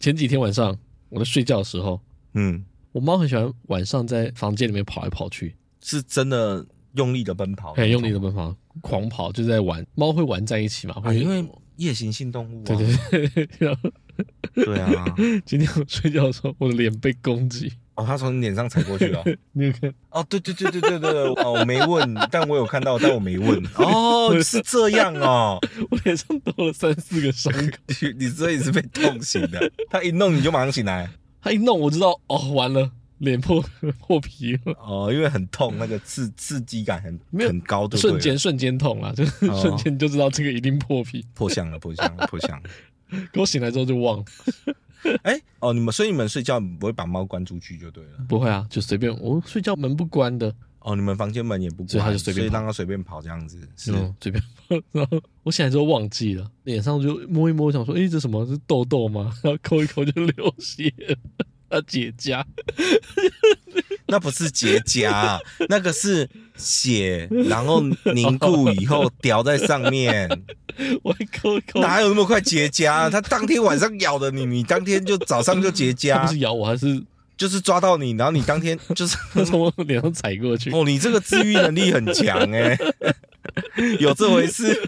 前几天晚上我在睡觉的时候，嗯，我猫很喜欢晚上在房间里面跑来跑去，是真的用力的奔跑，很用力的。奔跑，狂跑，就在玩。猫会玩在一起嘛？啊，会因为夜行性动物、啊，对对对。 然后对啊，今天我睡觉的时候，我的脸被攻击，哦，它从你脸上踩过去了。你有看？哦，对对对对对对对，哦，我没问，但我有看到，但我没问。哦，是这样哦，我脸上多了三四个伤口。你你所以是被痛醒的，它一弄你就马上醒来。它一弄我知道，哦，完了，脸破 破皮了，哦，因为很痛，那个刺刺激感很没有很高哦就对了，瞬间瞬间痛啊了，就是 哦瞬间就知道这个一定破皮。破相了，破相了，破相了。可我醒来之后就忘了，哎、哦，你们所以你们睡觉不会把猫关出去就对了。不会啊，就随便我睡觉门不关的，哦，你们房间门也不关，所以它就随便所以跑让它随便跑这样子。是，嗯，随便放。然后我醒来之后忘记了，脸上就摸一摸，想说，诶，这什么是痘痘吗？ 然后抠一抠就流血了，它结痂。那不是结痂、啊那个是血，然后凝固以后掉在上面，我还抠一抠，哪有那么快结痂、它当天晚上咬的你，你当天就早上就结 它不痂，啊是咬我，它是就是抓到你，然后你当天就是它从我脸上踩过去。哦，你这个治愈能力很强哎、有这回事，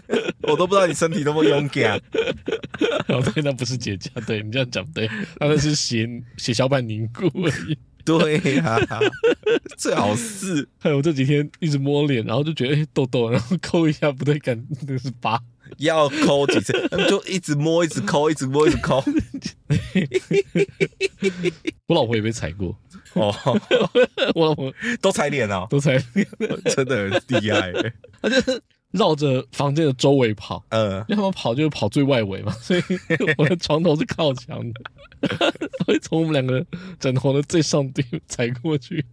我都不知道你身体那么勇敢。哦，对，那不是结痂，对你这样讲不对，它那是血血小板凝固而已。 对呀、最好是还有我这几天一直摸脸，然后就觉得诶痘痘，然后抠一下不对感，那个是疤。要抠几次，就一直摸，一直抠，一直摸，一直抠。我老婆也被踩过， 哦，我老婆都踩脸哦，都踩，真的很厉害。她就是绕着房间的周围跑。嗯，因为他们跑就是跑最外围嘛，所以我的床头是靠墙的， 所以从我们两个枕头的最上端踩过去。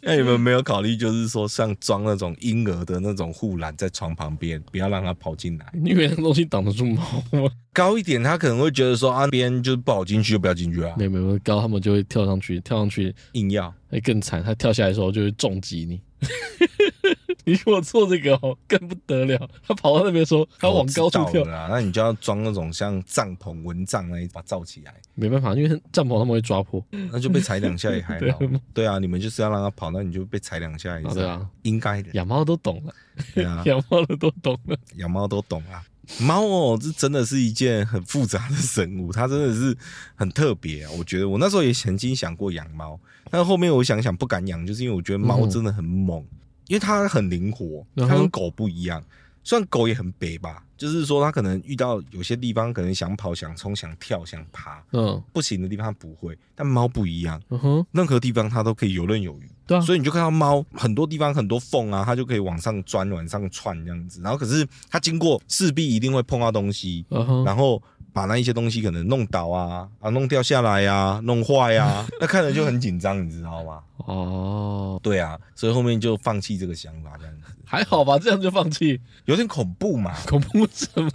那你们没有考虑，就是说像装那种婴儿的那种护栏在床旁边，不要让它跑进来。你以为那东西挡得住猫吗？高一点，它可能会觉得说啊，别人就是不好进去就不要进去啊，没有没有，高他们就会跳上去，跳上去硬要。会更惨，它跳下来的时候就会重击你。 你如果做这个哦，更不得了。它跑到那边说，它往高处我知跳道，了啦，那你就要装那种像帐篷、蚊帐那一把罩起来，没办法，因为帐篷他们会抓破。那就被踩两下也还 好对。对啊，你们就是要让它跑，那你就被踩两下也啊是对啊，应该的。养猫都懂了，对啊，养猫的都懂了。养猫都懂啊。猫哦，这真的是一件很复杂的生物，它真的是很特别啊。我觉得我那时候也曾经想过养猫，但后面我想想不敢养，就是因为我觉得猫真的很猛，因为它很灵活，它嗯哼跟狗不一样。虽然狗也很北吧，就是说它可能遇到有些地方可能想跑、想冲、想跳、想爬，嗯不行的地方它不会，但猫不一样，嗯哼，任何地方它都可以游刃有余。对啊，所以你就看到猫很多地方很多缝啊，它就可以往上钻、往上窜这样子。然后可是它经过势必一定会碰到东西，嗯哼，然后把那一些东西可能弄倒啊、啊弄掉下来啊、弄坏啊， 那看着就很紧张，你知道吗？哦，对啊，所以后面就放弃这个想法，这样子还好吧，这样就放弃。有点恐怖嘛。恐怖什么？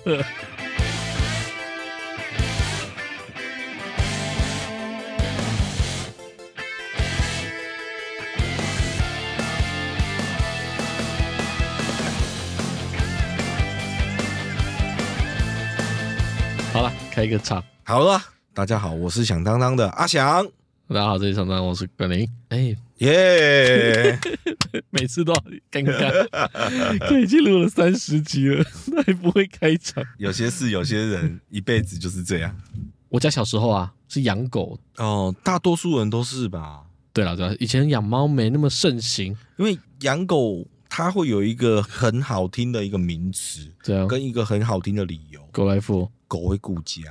好了，开一个场。好了，大家好，我是响当当的阿翔，大家好，这里是常常我是管林。哎， 耶、每次都好尴尬， 这已经录了三十集了，那还不会开场？有些事，有些人一辈子就是这样。我家小时候啊是养狗，哦，大多数人都是吧。对了对了，啊以前养猫没那么盛行，因为养狗它会有一个很好听的一个名词，这样跟一个很好听的理由，狗来富，狗会顾家，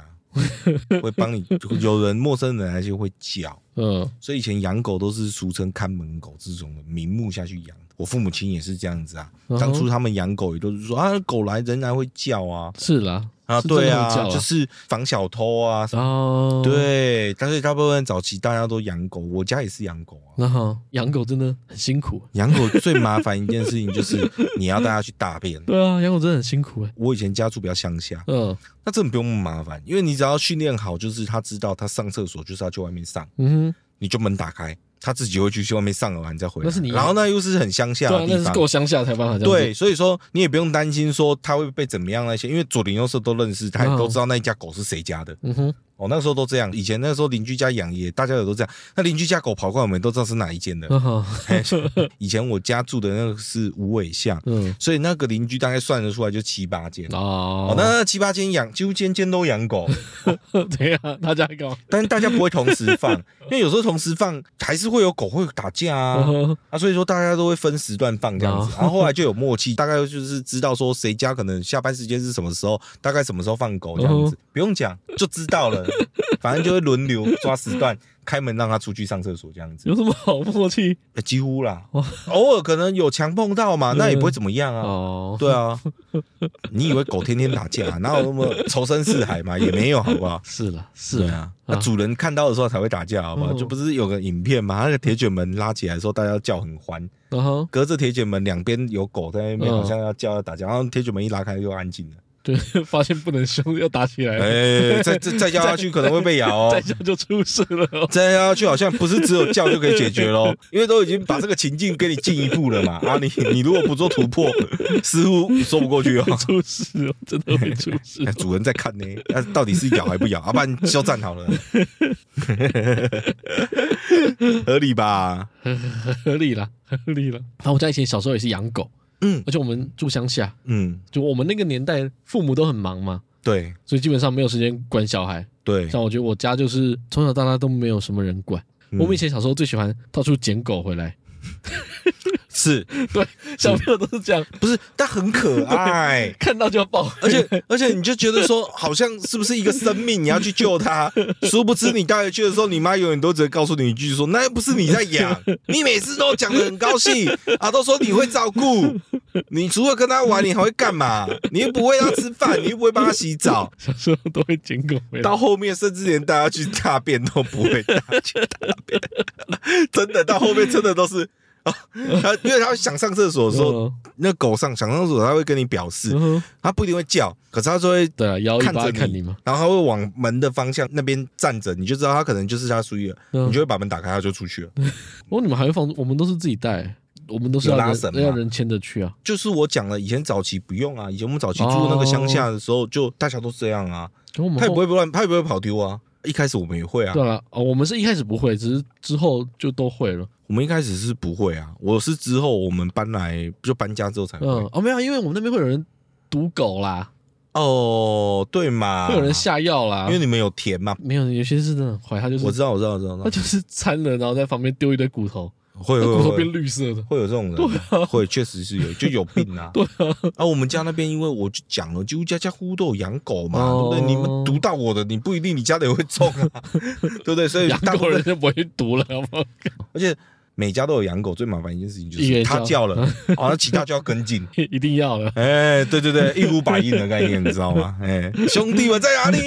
会帮你。有人陌生人还是会叫，嗯，所以以前养狗都是俗称看门狗这种的名目下去养。我父母亲也是这样子啊，嗯哼当初他们养狗也都是说啊，狗来人还会叫啊是啦，啊，是真的对会叫啊，就是防小偷啊。什么哦，，对，但是大部分早期大家都养狗，我家也是养狗啊。然后养狗真的很辛苦，养狗最麻烦一件事情就是你要带它去大便，对啊，养狗真的很辛苦哎、我以前家住比较乡下，嗯那真的不用那么麻烦，因为你只要训练好，就是他知道他上厕所就是要去外面上，嗯哼，你就门打开，他自己会去去外面上了完再回来。那是你啊然后那又是很乡下对的啊，那地是方，够乡下才办法这样对，子，所以说你也不用担心说他会被怎么样那些，因为左邻右舍都认识他，哦都知道那一家狗是谁家的。嗯哼，哦，那个时候都这样。以前那时候邻居家养也，大家也都这样。那邻居家狗跑过来，我们都知道是哪一间嗯的。嘿 以前我家住的那个是无尾巷，嗯所以那个邻居大概算得出来就七八间。哦哦，，那七八间养，几乎间间都养 狗，对呀，大家搞，但是大家不会同 时放，因为有时候同时放还是会有狗会打架嗯啊。啊，所以说大家都会分时段放这样子，哦然后后来就有默契，大概就是知道说谁家可能下班时间是什么时候，大概什么时候放狗这样哦子，不用讲就知道 了，反正就会轮流抓时段开门让它出去上厕所这样子，有什么好默契？欸几乎啦哇，偶尔可能有强碰到嘛，那也不会怎么样啊。哦，对啊， 你以为狗天天打架、哪有那么仇深似海嘛？也没有，好不好？是了，是对啊，啊，那主人看到的时候才会打架，好不好？嗯就不是有个影片嘛，那个铁卷门拉起来的时候，大家叫很欢，然后隔着铁卷门，两边有狗在那边，嗯好像要叫要打架，然后铁卷门一拉开就安静了。对， 发现不能凶，要打起来了，哎，再再再叫下去可能会被咬哦 在。家就出事了哦。再叫下去好像不是只有叫就可以解决喽，因为都已经把这个情境给你进一步了嘛。啊，你你如果不做突 破，似乎说不过去哦 会。出事哦，真的会出事哎主人在看呢，那、到底是咬还不咬？要、啊不然休战 好了，合理吧？哦，合理啦， 合理啦。然后我家以前小时候也是养狗，嗯而且我们住乡下，嗯，就我们那个年代，父母都很忙嘛，对所以基本上没有时间管小孩。对，像我觉得我家就是从小到大都没有什么人管。嗯我们以前小时候最喜欢到处捡狗回 来，是对，小朋友都是这样，不是？但很可爱， 看到就要抱。而且而且你就觉得说，好像是不是一个生命，你要去 救它？殊不知你带回去的时候，你妈永远都只会告诉你一句说：“那又不是你在养，你每次都讲的很高兴啊，都说你会照顾，你除了跟它玩，你还会干嘛？你又不会让它吃饭，你又不会帮它洗澡。”小时候都会捡狗回来到，后面甚至连大家去大便都不会大去大便，真的到后面真的都是啊，他因为他想上厕所的时候，嗯那狗上想上厕所，他会跟你表示，嗯哼他不一定会叫，可是他就会对啊，摇一看巴着看你嘛，，然后他会往门的方向那边站着，你就知道他可能就是他出去了，嗯你就会把门打开，他就出去了。哦，你们还会放？我们都是自己带，我们都是有要拉人绳吗要人牵着去啊。就是我讲了，以前早期不用啊，以前我们早期哦住那个乡下的时候，就大家都这样啊，可我们他也后不会乱，他也不会跑丢啊。一开始我们也会啊，对了，哦，我们是一开始不会，只是之后就都会了。我们一开始是不会啊，我是之后我们搬来就搬家之后才会。嗯，哦，没有，因为我们那边会有人毒狗啦，哦，对嘛，会有人下药啦因。为你们有田嘛。没有，有些是真的很坏，他就是我知道，我知道，我知道，他就是掺了，然后在旁边丢一堆骨头，会那会骨头会变绿色的。会有这种人，会确实是有，就有病啊。 对啊，啊，我们家那边因为我就讲了，几乎家家户户都有养狗嘛，哦对不对？你们毒到我的，你不一定你家的也会 中啊，对不对？所以养大部狗人分，就不会毒了，好不好？ 而且每家都有养狗，最麻烦一件事情就一是人它叫 叫了，好，那其他就要跟进。一定要 了。哎、对对对，一如百应的概念，你知道 吗？哎、兄弟们在哪里？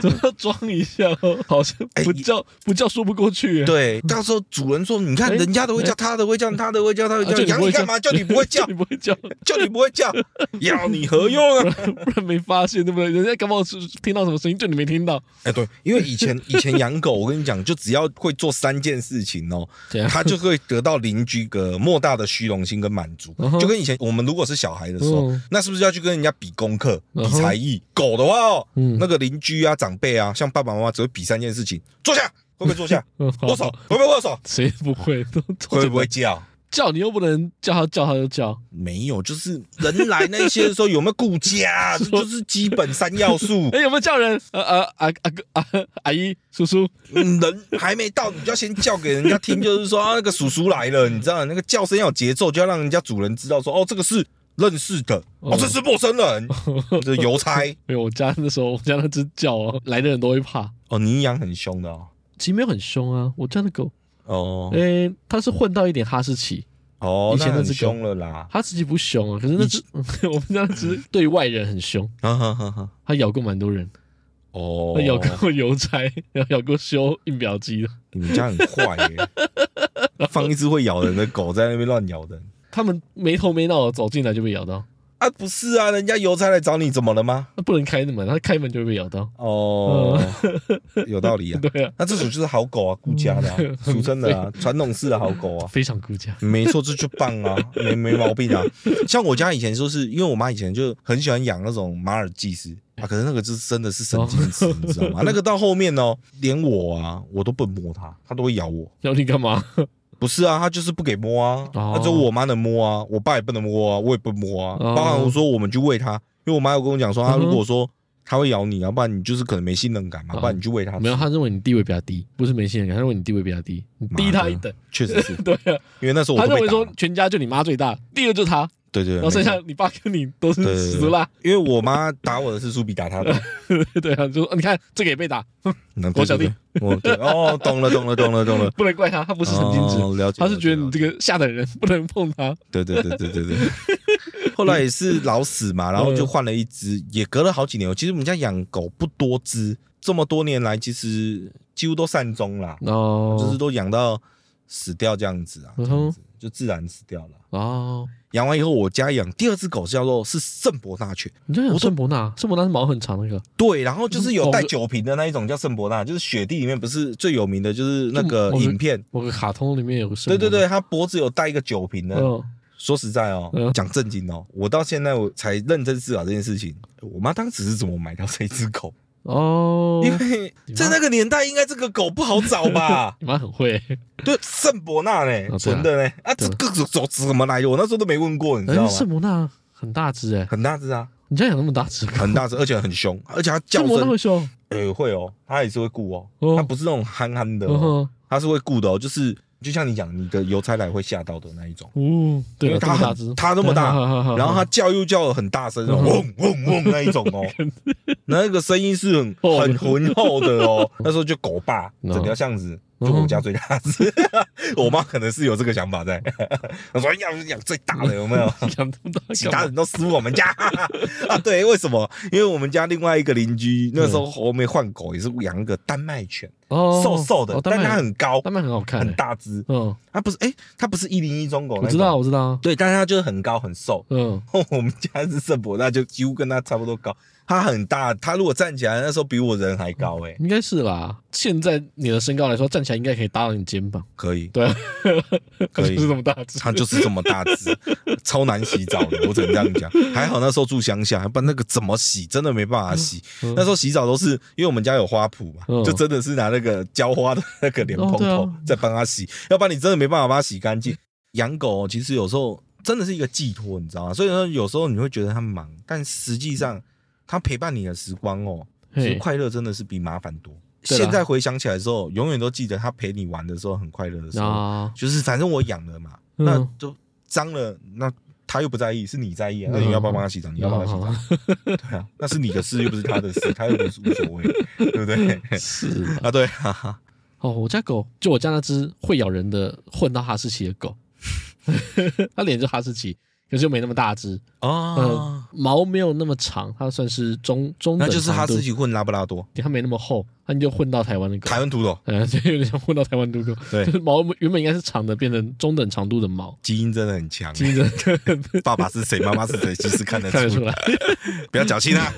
怎么装一下哦？好像不叫不叫说不过去。， 哎对，到时候主人说，你看哎人家都会叫，他的会叫，他的会叫，他的会叫，啊就你养不你会干嘛？叫你不会叫 你，不会叫，叫你不会 叫，要你何用啊？不然没发现，对不对？人家搞不好是听到什么声音，就你没听到。哎，对，因为以前以前养狗，我跟你讲，就只要会做三件事情哦，怎 样？它就会得到邻居个莫大的虚荣心跟满足嗯。哼就跟以前我们如果是小孩的时候嗯，那是不是要去跟人家比功课、比嗯哼才艺？狗的话哦，嗯那个邻居啊、长辈啊，像爸爸妈妈只会比三件事情：坐下会不会坐下，嗯，握 好手会不会握手，谁不会？都会不会叫。叫你又不能叫他叫他就叫，没有，就是人来那些的时候有没有顾 家，这就是基本三要素。哎、有没有叫人？呃呃阿阿哥阿阿姨叔叔，嗯人还没到，你就要先叫给人家听，就是说、啊、那个叔叔来了，你知道那个叫声要有节奏，就要让人家主人知道说哦，这个是认识的，哦，这是陌生人，哦这是邮差。没有，我家那时候我家那只叫哦，来的人都会怕。哦，你养很凶的哦。其实没有很凶啊，我家的狗，哦哎、它是混到一点哈士奇，哦，以前那那很只狗凶了啦。哈士奇不凶啊，可是那只 我们家那只对外人很凶，啊哈哈哈。它咬过蛮多人，哦它，咬过邮差， 然后咬过修印表机的，你们家很坏耶，放一只会咬人的狗在那边乱咬人。他们没头没脑的走进来就被咬到，啊，不是啊，人家邮差来找你怎么了吗？那不能开门，它开门就会被咬到。哦，有道理啊。对啊，那这种就是好狗啊，顾 家的、啊，俗称的啊，传统式的好狗啊。非常顾家。没错，这就棒啊， 没没毛病啊。像我家以前就是因为我妈以前就很喜欢养那种马尔济斯啊，可是那个是真的是神经质，你知道 吗？那个到后面哦，连我啊，我都不能摸它，它都会咬我。咬你干嘛？不是啊，他就是不给摸啊，哦那只有我妈能摸啊，我爸也不能摸啊，我也不摸啊。哦包含我说我们去喂它，因为我妈有跟我讲说，啊，嗯哼如果说它会咬你啊，不然你就是可能没信任感嘛，哦不然你去喂它吃。没有，他认为你地位比较低，不是没信任感，他认为你地位比较低，你低他一等。 确实是对啊，因为那时候我他都认被为打说了，全家就你妈最大，第二就是他，对对，然后剩下你爸跟你都是对对对死啦。因为我妈打我的次数比打 他的，对啊，就说你看这个也被打，嗯国小弟，对对对我对哦，懂了懂了懂了懂了，不能怪他，他不是神经质，哦，了解，他是觉得了你解这个下等人不能碰他。对对对对对对。 后来也是老死嗯嘛，然后就换了一只，也隔了好几年。其实我们家养狗不多只，这么多年来其实几乎都善终啦，哦就是都养到死掉这样子啊，这嗯哼样子就自然死掉了。哦，养完以后，我家养第二只狗是叫做是圣伯纳犬，你这有我都圣伯纳，圣伯纳是毛很长那个，对，然后就是有嗯带狗酒瓶的那一种叫圣伯纳，就是雪地里面不是最有名的就是那个就我们影片，某个卡通里面有个圣对伯对纳。对，它脖子有带一个酒瓶的，嗯，说实在哦嗯，讲正经哦，我到现在我才认真思考这件事情。我妈当时是怎么买到这只狗？哦，因为你妈在那个年代，应该这个狗不好找吧 ？你妈很会，对，圣伯纳哦对啊呢，纯的呢，啊，对这啊个狗怎么来的？我那时候都没问过，你知道哎，吗圣？伯纳很大只哎，很大只啊，你家养那么大只，很大只，而且很凶，而且它圣叫伯纳声会，凶，呃，会哦，它也是会顾哦哦，它不是那种憨憨的嗯哦，哼，它是会顾的哦，就是就像你讲，你的邮差来会吓到的那一种。哦，对啊，因这为它么很大只，它那 么大然后他它叫又叫得很大声，嗯嗡嗡嗡那一种 哦，那个声音是很厚的很浑厚的哦。那时候就狗爸哦嗯整条巷子嗯就我家最大只，我妈可能是有这个想法在， 她说要养最大嗯的有 没有？养这么大，其他人都输我们家 啊？对，为什么？因为我们家另外一个邻居那时候后面换狗也是养一个丹麦犬，哦，瘦瘦的哦，丹但它麦很高丹麦很好看，很，大只。嗯，它不是哎，它不是一零一中狗，我知道，。我知道啊，对，但是它就是很高很瘦， 嗯，我们家是圣伯纳，就几乎跟他差不多高。他很大，他如果站起来，那时候比我人还高哎、应该是啦。现在你的身高来说，站起来应该可以搭到你肩膀，可以，对啊，可以 就是这么大只，他就是这么大只， 超难洗澡的，我只能这样讲。还好那时候住乡下，不然那个怎么洗，真的没办法洗。嗯那时候洗澡都是因为我们家有花圃嘛，嗯就真的是拿那个浇花的那个莲蓬哦对头啊在帮他洗，要不然你真的没办法把它洗干净。养狗哦其实有时候真的是一个寄托，你知道吗？所以说有时候你会觉得它忙，但实际上它陪伴你的时光哦，其实嘿快乐真的是比麻烦多。对啦现在回想起来的时候，永远都记得他陪你玩的时候很快乐的时候，啊，就是反正我养了嘛，嗯那就脏了，那他又不在意，是你在意啊，那嗯你要不要帮他洗澡？你要帮他洗澡？对啊，那是你的事，又不是他的事，他又不是无所谓，对不对？是啦 啊，对啊，哦，我家狗就我家那只会咬人的混到哈士奇的 狗，它脸就哈士奇，可是又没那么大只，哦嗯，，毛没有那么长，它算是中中那等，就是哈士，奇混拉布拉多，它没那么厚，它就混到台湾的狗，台湾土狗，呃，就有点像混到台湾嘟嘟，对就是毛原本应该是长的，变成中等长度的毛，基因真的很强，听着爸爸是谁，妈妈是谁，其实看得看得出出来，来。不要侥幸 啊。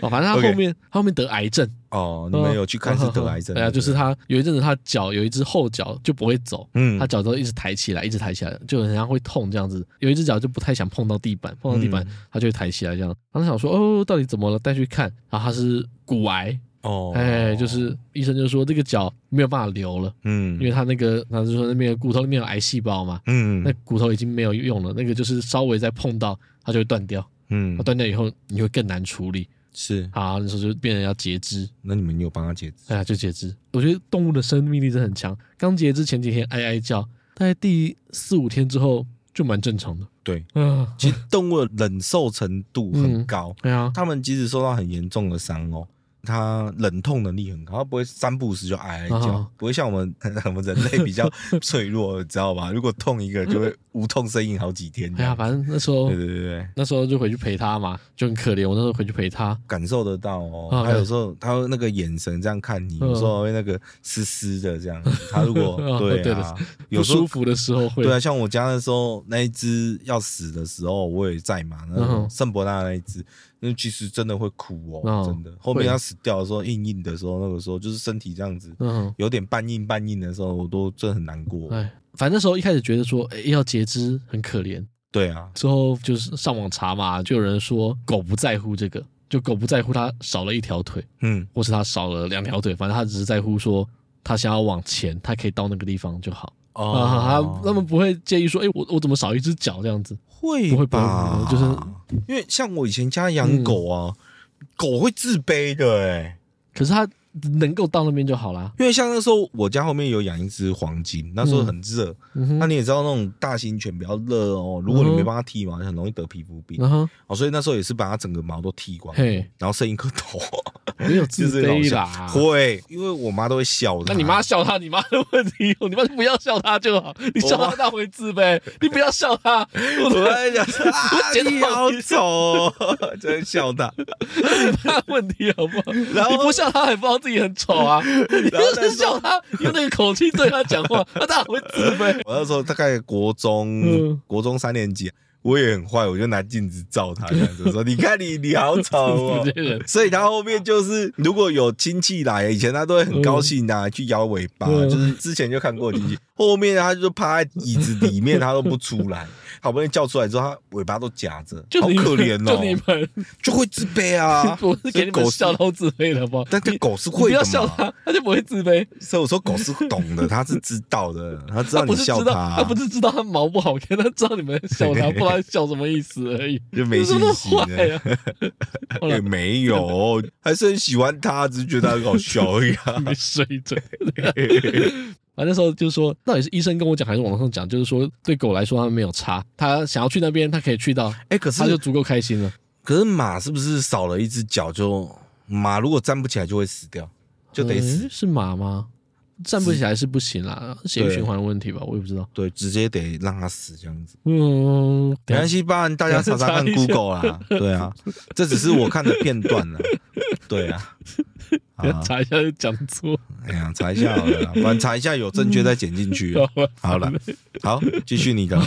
哦，反正他 OK 后面他后面得癌症，哦，你们有去哎看是得癌症？对啊，就是他有一阵子他脚有一只后脚就不会走，嗯他脚都一直抬起来，一直抬起来，就很像会痛这样子。有一只脚就不太想碰到地板，碰到地板嗯他就会抬起来这样。然后想说哦，到底怎么了？带去看，然后他是骨癌，哦，哎，就是医生就说这个脚没有办法留了，嗯，因为他那个他就说那边有骨头里面有癌细胞嘛，嗯那骨头已经没有用了，那个就是稍微再碰到它就会断掉，嗯它断掉以后你会更难处理。是，啊，那时候就变成要截肢，那你们有帮他截肢？哎呀，就截肢。我觉得动物的生命力真的很强。刚截肢前几天哀哀叫，大概第四五天之后就蛮正常的。对，啊，其实动物的忍受程度很高，对啊，它们即使受到很严重的伤哦，它忍痛能力很高，它不会三不五时就哀哀啊叫，不会像我们我们人类 比较脆弱，知道吧？如果痛一个就会无痛生应好几天这哎呀，样。反正那时候嗯对对对对，那时候就回去陪他嘛，就很可怜。我那时候回去陪他，感受得到哦。啊他有时候他那个眼神这样看你，嗯有时候会那个湿湿的这样。他如果 哦对对啊的，有不时候舒服的时候会对啊，像我家那时候那一只要死的时候，我也在嘛，嗯那种哼圣伯纳那一只，那其实真的会哭哦，嗯真的。后面会它死掉的时候，硬硬的时候，那个时候就是身体这样子，嗯，有点半硬半硬的时候，我都真的很难过。哎，反正那时候一开始觉得说，哎，要截肢很可怜。对啊，之后就是上网查嘛，就有人说狗不在乎这个，就狗不在乎它少了一条腿，嗯，或是它少了两条腿，反正它只是在乎说它想要往前，它可以到那个地方就好。哦啊，他他们不会介意说，哎、我我怎么少一只脚这样子？会不会不会吧？就是嗯因为像我以前家养狗啊，狗会自卑的哎、可是他能够到那边就好啦。因为像那时候我家后面有养一只黄金，那时候很热，嗯那哼，你也知道那种大型犬比较热哦，如果你嗯哼没帮它剃毛，很容易得皮肤病然后哦，所以那时候也是把它整个毛都剃光，嗯嘿，然后剩一颗 头，没有就自是老卑笑啦。会，因为我妈都会笑它那你妈笑他，你妈的问题， 你妈就不要笑他就好。你笑我他，他会自卑；你不要笑他， 我在讲 说啊，觉得你好丑哦， 就会笑她。他的问题好不好？然你后不笑他，还不知道自己很丑啊？你就那时候是笑他，用那个口气对他讲话， 他当然会自卑。我那时候大概国中，嗯国中三年级，我也很坏，我就拿镜子照他，这样子说：“你看你，你好丑哦 这。些人”，所以他后面就是，如果有亲戚来，以前他都会很高兴啊，去摇尾巴，嗯就是之前就看 过亲戚。后面他就趴在椅子里面，他都不 出来，好不容易叫出来之后，他尾巴都夹着，就好你们可怜就你哦，们，。就会自卑 啊我是给你狗们是笑到自卑了，好不好？但这你狗是你会不要的笑嘛，他，他就不会自卑。所以我说狗是懂的，它是知道的，它知道他你不是笑啊知道，他不是知道他毛不好看，他 知道你们在笑 他，不然笑什么意思而已。就没信心这么坏了。啊！后 也来没有，还是很喜欢他，只是觉得他很好笑而已、 啊。没水 准。啊，那时候就是说，到底是医生跟我讲，还是网上讲？就是说，对狗来说，他们没有差，它想要去那边，它可以去到，哎、可它就足够开心了。可是马是不是少了一只脚就马如果站不起来就会死掉，就得死，嗯是马吗？站不起来是不行啦，血液循环的问题吧，我也不知道。对，直接得让他死这样子。嗯，没等一关下系，不然大家查查 看等一下 Google 啦。对啊，这只是我看的片段啦。对 啊，等一下啊，查一下就讲错，哎呀，查一下好了啦，不然查一下有正确再剪进去 啊。好吧？好了，好，继续你的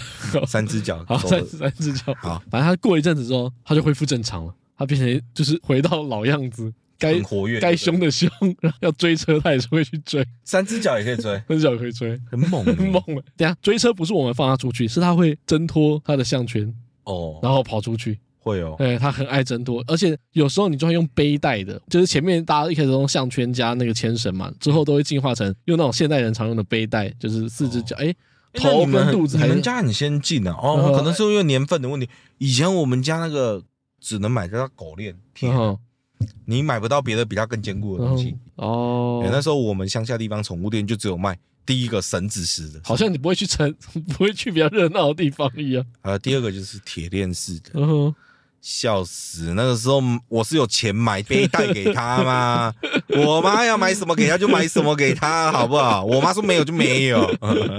三只脚哦 好，走三十三只脚。好，反正他过一阵子之后，他就恢复正常了，他变成就是回到老样子，该很活跃，该凶的凶，然后要追车他也是会去追， 三只脚也可以追，很少可以追，很猛欸，很 猛了。等一下追车不是我们放他出去，是他会挣脱他的项圈，哦，然后跑出去。会哦，对，哎他很爱挣脱，而且有时候你就算用背带的，就是前面大家一开始都用项圈加那个牵绳嘛，之后都会进化成用那种现代人常用的背带，就是四只脚，哎、欸那头你们跟很肚子还你是们家很先进啊，哦，嗯可能是因为年份的问题。以前我们家那个只能买得到狗链，天然啊，后你买不到别的比它更坚固的然东后西。哦欸，那时候我们乡下地方宠物店就只有卖第一个绳子式的，好像你不会去城， 不会去比较热闹的地方一样。呃，第二个就是铁链式的，嗯哼，笑死！那个时候我是有钱买背带给他吗？ 我妈要买什么给他就买什么给他，好不好？我妈说没有就 没有，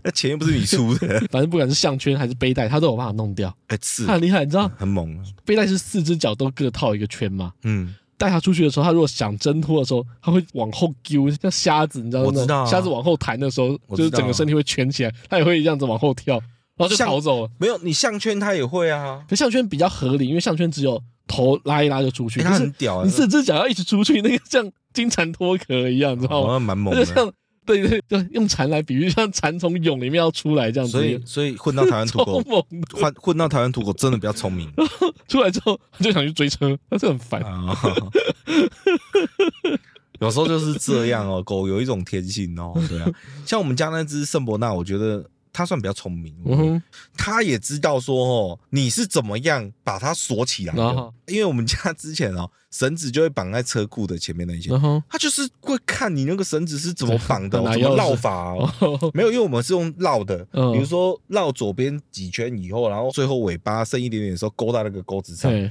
那钱又不是你出的，反正不管是项圈还是背带，他都有办法弄掉，哎、是他很厉害。你知道很猛啊，背带是四只脚都各套一个圈嘛？嗯，带他出去的时候，他如果想挣脱的时候，他会往后丢，像瞎子，你知道吗？我知道啊那种瞎子往后弹的时候，我知就道啊是整个身体会卷起来，他也会这样子往后跳，然后就像逃走了。没有你项圈他也会啊。可项圈比较合理，因为项圈只有头拉一拉就出去，欸、可他是很屌、啊，你四只脚要一直出去，那个像金蝉脱壳一样，你知道好吗？像哦蛮猛哦那就的。像对对，就用蝉来比喻，像蝉从蛹里面要出来这样子，所以，所以混到台湾土超狗，猛的。混混到台湾土狗真的比较聪 明出来之后，他就想去追车，他是很烦。 啊。有时候就是这样哦，狗有一种天 性哦，对啊。像我们家那只圣伯纳，我觉得它算比较聪明，嗯哼，它也知道说哦，你是怎么样把它锁起来然的后。因为我们家之前哦，绳子就会绑在车库的前面那一些，然后它就是会看你那个绳子是怎么绑的嗯哦，拿怎么钥匙绕法哦。 哦，没有，因为我们是用绕的，嗯比如说绕左边几圈以后，然后最后尾巴剩一点点的时候勾到那个钩子上，对，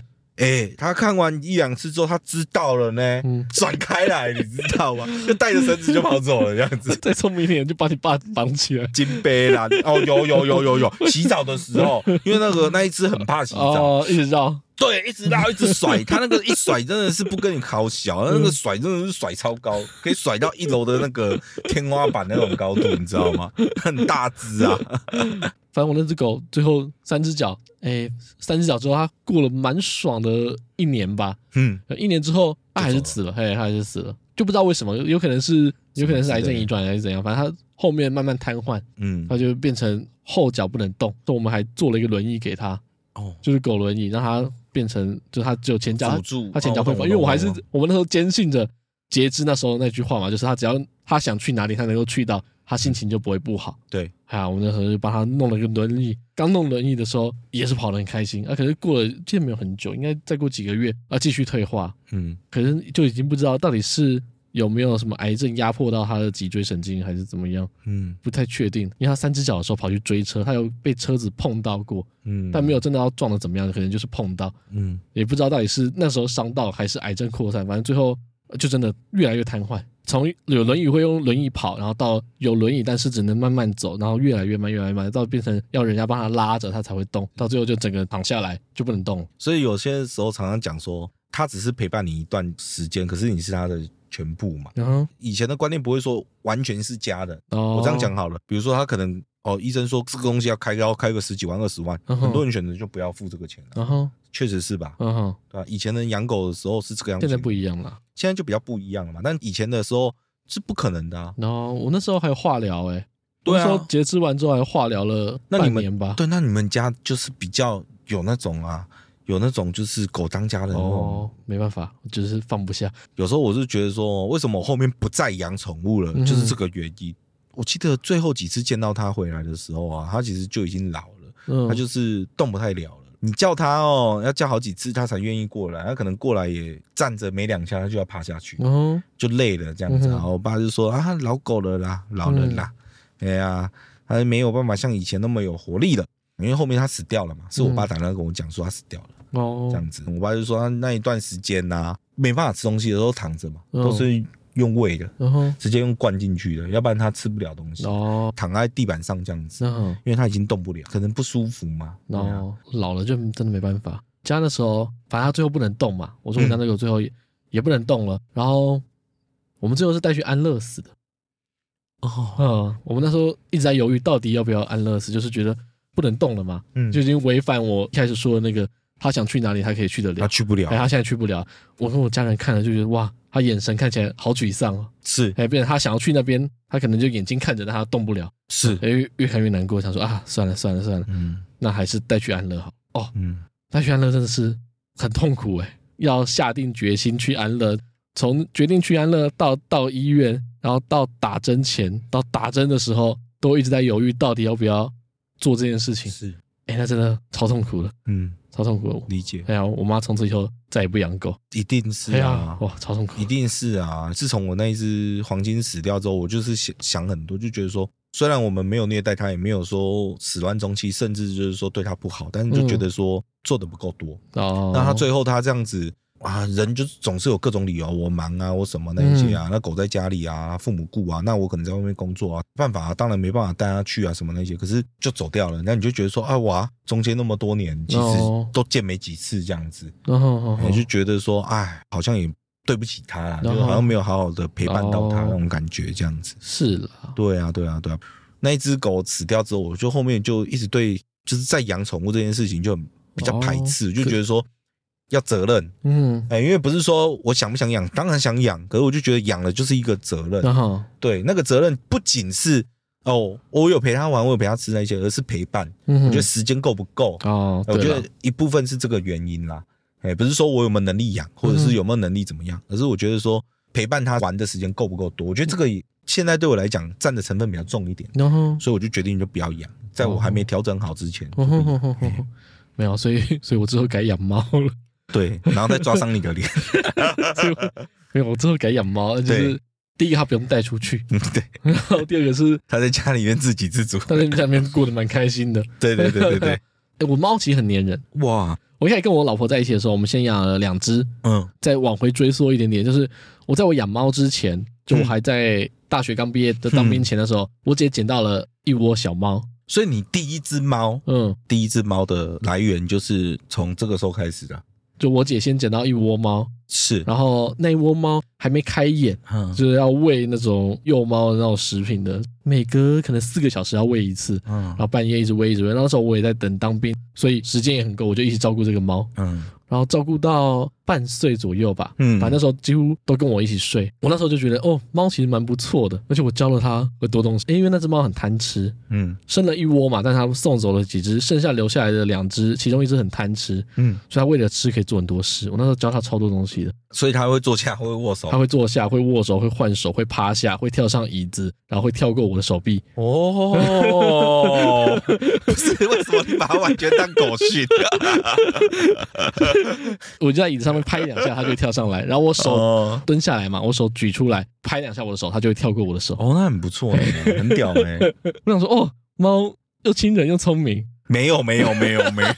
哎、他看完一两次之后，他知道了呢嗯，转、开来，你知道吗？就带着绳子就跑走了，这样 子。再聪明一点就把你爸绑起来。金杯啦，哦，有有有有有，洗澡的时候，因为那个那一只很怕洗澡，哦，一直绕，对，一直拉，一直甩，它那个一甩真的是不跟你考小，嗯那个甩真的是甩超高，可以甩到一楼的那个天花板那种高度，你知道吗？很大只啊，反正我那只狗最后三只脚，哎、三只脚之后它过了蛮爽的一年吧，嗯，呃一年之后它还是就死了，哎嘿，它还是死了，就不知道为什么，有可能是有可能是癌症遗传还是怎样，反正它后面慢慢瘫痪，嗯，它就变成后脚不能动，所以我们还做了一个轮椅给它，哦，就是狗轮椅，让它变成就它只有前脚辅，助，它前脚会哦跑，因为我还是懂懂我们那时候坚信着截肢那时候那句话嘛，就是它只要它想去哪里，它能够去到，它心情就不会不好。对，哎呀，我们那时候就帮他弄了个轮椅。刚弄轮椅的时候也是跑得很开心啊，可是过了其实没有很久，应该再过几个月啊，继续退化，嗯，可是就已经不知道到底是有没有什么癌症压迫到他的脊椎神经还是怎么样，嗯不太确定。因为他三只脚的时候跑去追车，他有被车子碰到过，嗯，但没有真的要撞的怎么样，可能就是碰到，嗯，也不知道到底是那时候伤到还是癌症扩散，反正最后呃就真的越来越瘫痪。从有轮椅会用轮椅跑，然后到有轮椅但是只能慢慢走，然后越来越慢，越来越慢，到变成要人家帮他拉着他才会动，到最后就整个躺下来就不能动了。所以有些时候常常讲说，它只是陪伴你一段时间，可是你是它的全部嘛。然后以前的观念不会说完全是家人，哦，我这样讲好了，比如说他可能哦，医生说这个东西要开要开个十几万二十万，嗯哼嗯很多人选择就不要付这个钱了，然后，确实是吧？然后，对吧？以前人养狗的时候是这个样子，现在不一样了。现在就比较不一样了嘛。但以前的时候是不可能的啊。然后我那时候还有化疗、欸，哎，对那时啊候，截肢完之后还化疗了那你半们年吧。对，那你们家就是比较有那种啊，有那种就是狗当家人那种哦，没办法，就是放不下。有时候我是觉得说，为什么我后面不再养宠物了，嗯就是这个原因。我记得最后几次见到它回来的时候啊，它其实就已经老了，嗯，它就是动不太了了。你叫它哦，要叫好几次它才愿意过来，它可能过来也站着没两下，它就要趴下去，哦，就累了这样子啊。嗯然后我爸就说啊，老狗了啦，老了啦，嗯哎呀，它没有办法像以前那么有活力了。因为后面它死掉了嘛，是我爸打电话跟我讲说它死掉了。嗯哦，这样子。我爸就说他啊那一段时间呐、没办法吃东西的时候躺着嘛，嗯都是用喂的，然后，直接用灌进去的，要不然他吃不了东西，哦，躺在地板上这样子，然后，因为他已经动不了，可能不舒服嘛。对然啊后老了哦就真的没办法。家那时候，反正他最后不能动嘛。我说我家那个最后嗯也也不能动了。然后我们最后是带去安乐死的。哦，嗯，我们那时候一直在犹豫到底要不要安乐死，就是觉得不能动了嘛，嗯，就就已经违反我一开始说的那个他想去哪里他可以去得了他。去不了哎，，他现在去不了。我跟我家人看了就觉得哇，他眼神看起来好沮丧哦。是哎，变成他想要去那边，他可能就眼睛看着，但他动不了。是，哎，越越看越难过，想说啊，算了算了算了，嗯那还是带去安乐好。哦，嗯，带去安乐真的是很痛苦哎、要下定决心去安乐，从决定去安乐到到医院，然后到打针前，到打针的时候，都一直在犹豫到底要不要做这件事情。是，哎，那真的超痛苦的，嗯，超痛苦的。理解，哎呀，我妈从此以后再也不养狗。一定是哎呀啊，。哇，超痛苦一。定是啊！自从我那一只黄金死掉之后，我就是想想很多，就觉得说，虽然我们没有虐待它，也没有说始乱终弃，甚至就是说对它不好，但是就觉得说做的不够多。哦，那它最后它这样子啊，人就是总是有各种理由，我忙啊，我什么那一些啊，那狗在家里啊，父母顾啊，那我可能在外面工作啊，办法、啊、当然没办法带它去啊，什么那些，可是就走掉了，那你就觉得说，啊哇，中间那么多年，其实哦都见没几次这样子。然后我就觉得说，哎，好像也对不起他啦，就然后好像没有好好的陪伴到他哦那种感觉，这样子。是啦，对啊，对啊，对啊。那一只狗死掉之后，我就后面就一直对，就是在养宠物这件事情就很比较排哦斥，就觉得说要责任。嗯，哎、因为不是说我想不想养，当然想养，可是我就觉得养了就是一个责任。然后对，那个责任不仅是哦，我有陪它玩，我有陪它吃那些，而是陪伴。嗯，我觉得时间够不够？哦，我觉对啦得一部分是这个原因啦，哎、不是说我有没有能力养，或嗯者是有没有能力怎么样，而是我觉得说陪伴他玩的时间够不够多，我觉得这个也现在对我来讲占的成分比较重一点，然后所以我就决定就不要养，在我还没调整好之前就哦不吼养吼吼吼嘿吼没有，所以 所以我之后改养猫了。对，然后再抓伤你的脸， 所以我没哎有，我之后改养猫，就是对第一个它不用带出去， 对，然后第二个是他在家里面自给自足，它在家里面过得蛮开心的。对对对对对， 哎，我猫其实很粘人。哇，我一开始跟我老婆在一起的时候，我们先养了两只，嗯再往回追溯一点点，就是我在我养猫之前，就我还在大学刚毕业的当兵前的时候，嗯我姐捡到了一窝小猫。所以你第一只猫，嗯，第一只猫的来源就是从这个时候开始的，就我姐先捡到一窝猫，是，然后那一窝猫还没开眼，嗯就是要喂那种幼猫的那种食品的，每隔可能四个小时要喂一次，嗯然后半夜一直喂一直喂。那时候我也在等当兵，所以时间也很够，我就一直照顾这个猫。嗯然后照顾到半岁左右吧，嗯反正那时候几乎都跟我一起睡。我那时候就觉得，哦，猫其实蛮不错的，而且我教了它很多东西，因为那只猫很贪吃，嗯生了一窝嘛，但是它送走了几只，剩下留下来的两只，其中一只很贪吃，嗯，所以它为了吃可以做很多事。我那时候教它超多东西的，所以它会坐下，会握手它，会坐下，会握手，会换手，会趴下，会跳上椅子，然后会跳过我的手臂。哦， 不是为什么你把它完全当狗 训？我就在椅子上面拍两下，它就会跳上来，然后我手哦，蹲下来嘛，我手举出来拍两下我的手，它就会跳过我的手。哦，那很不错欸，很屌哎。我想说，哦，猫又亲人又聪明。 没有没有没有 没有，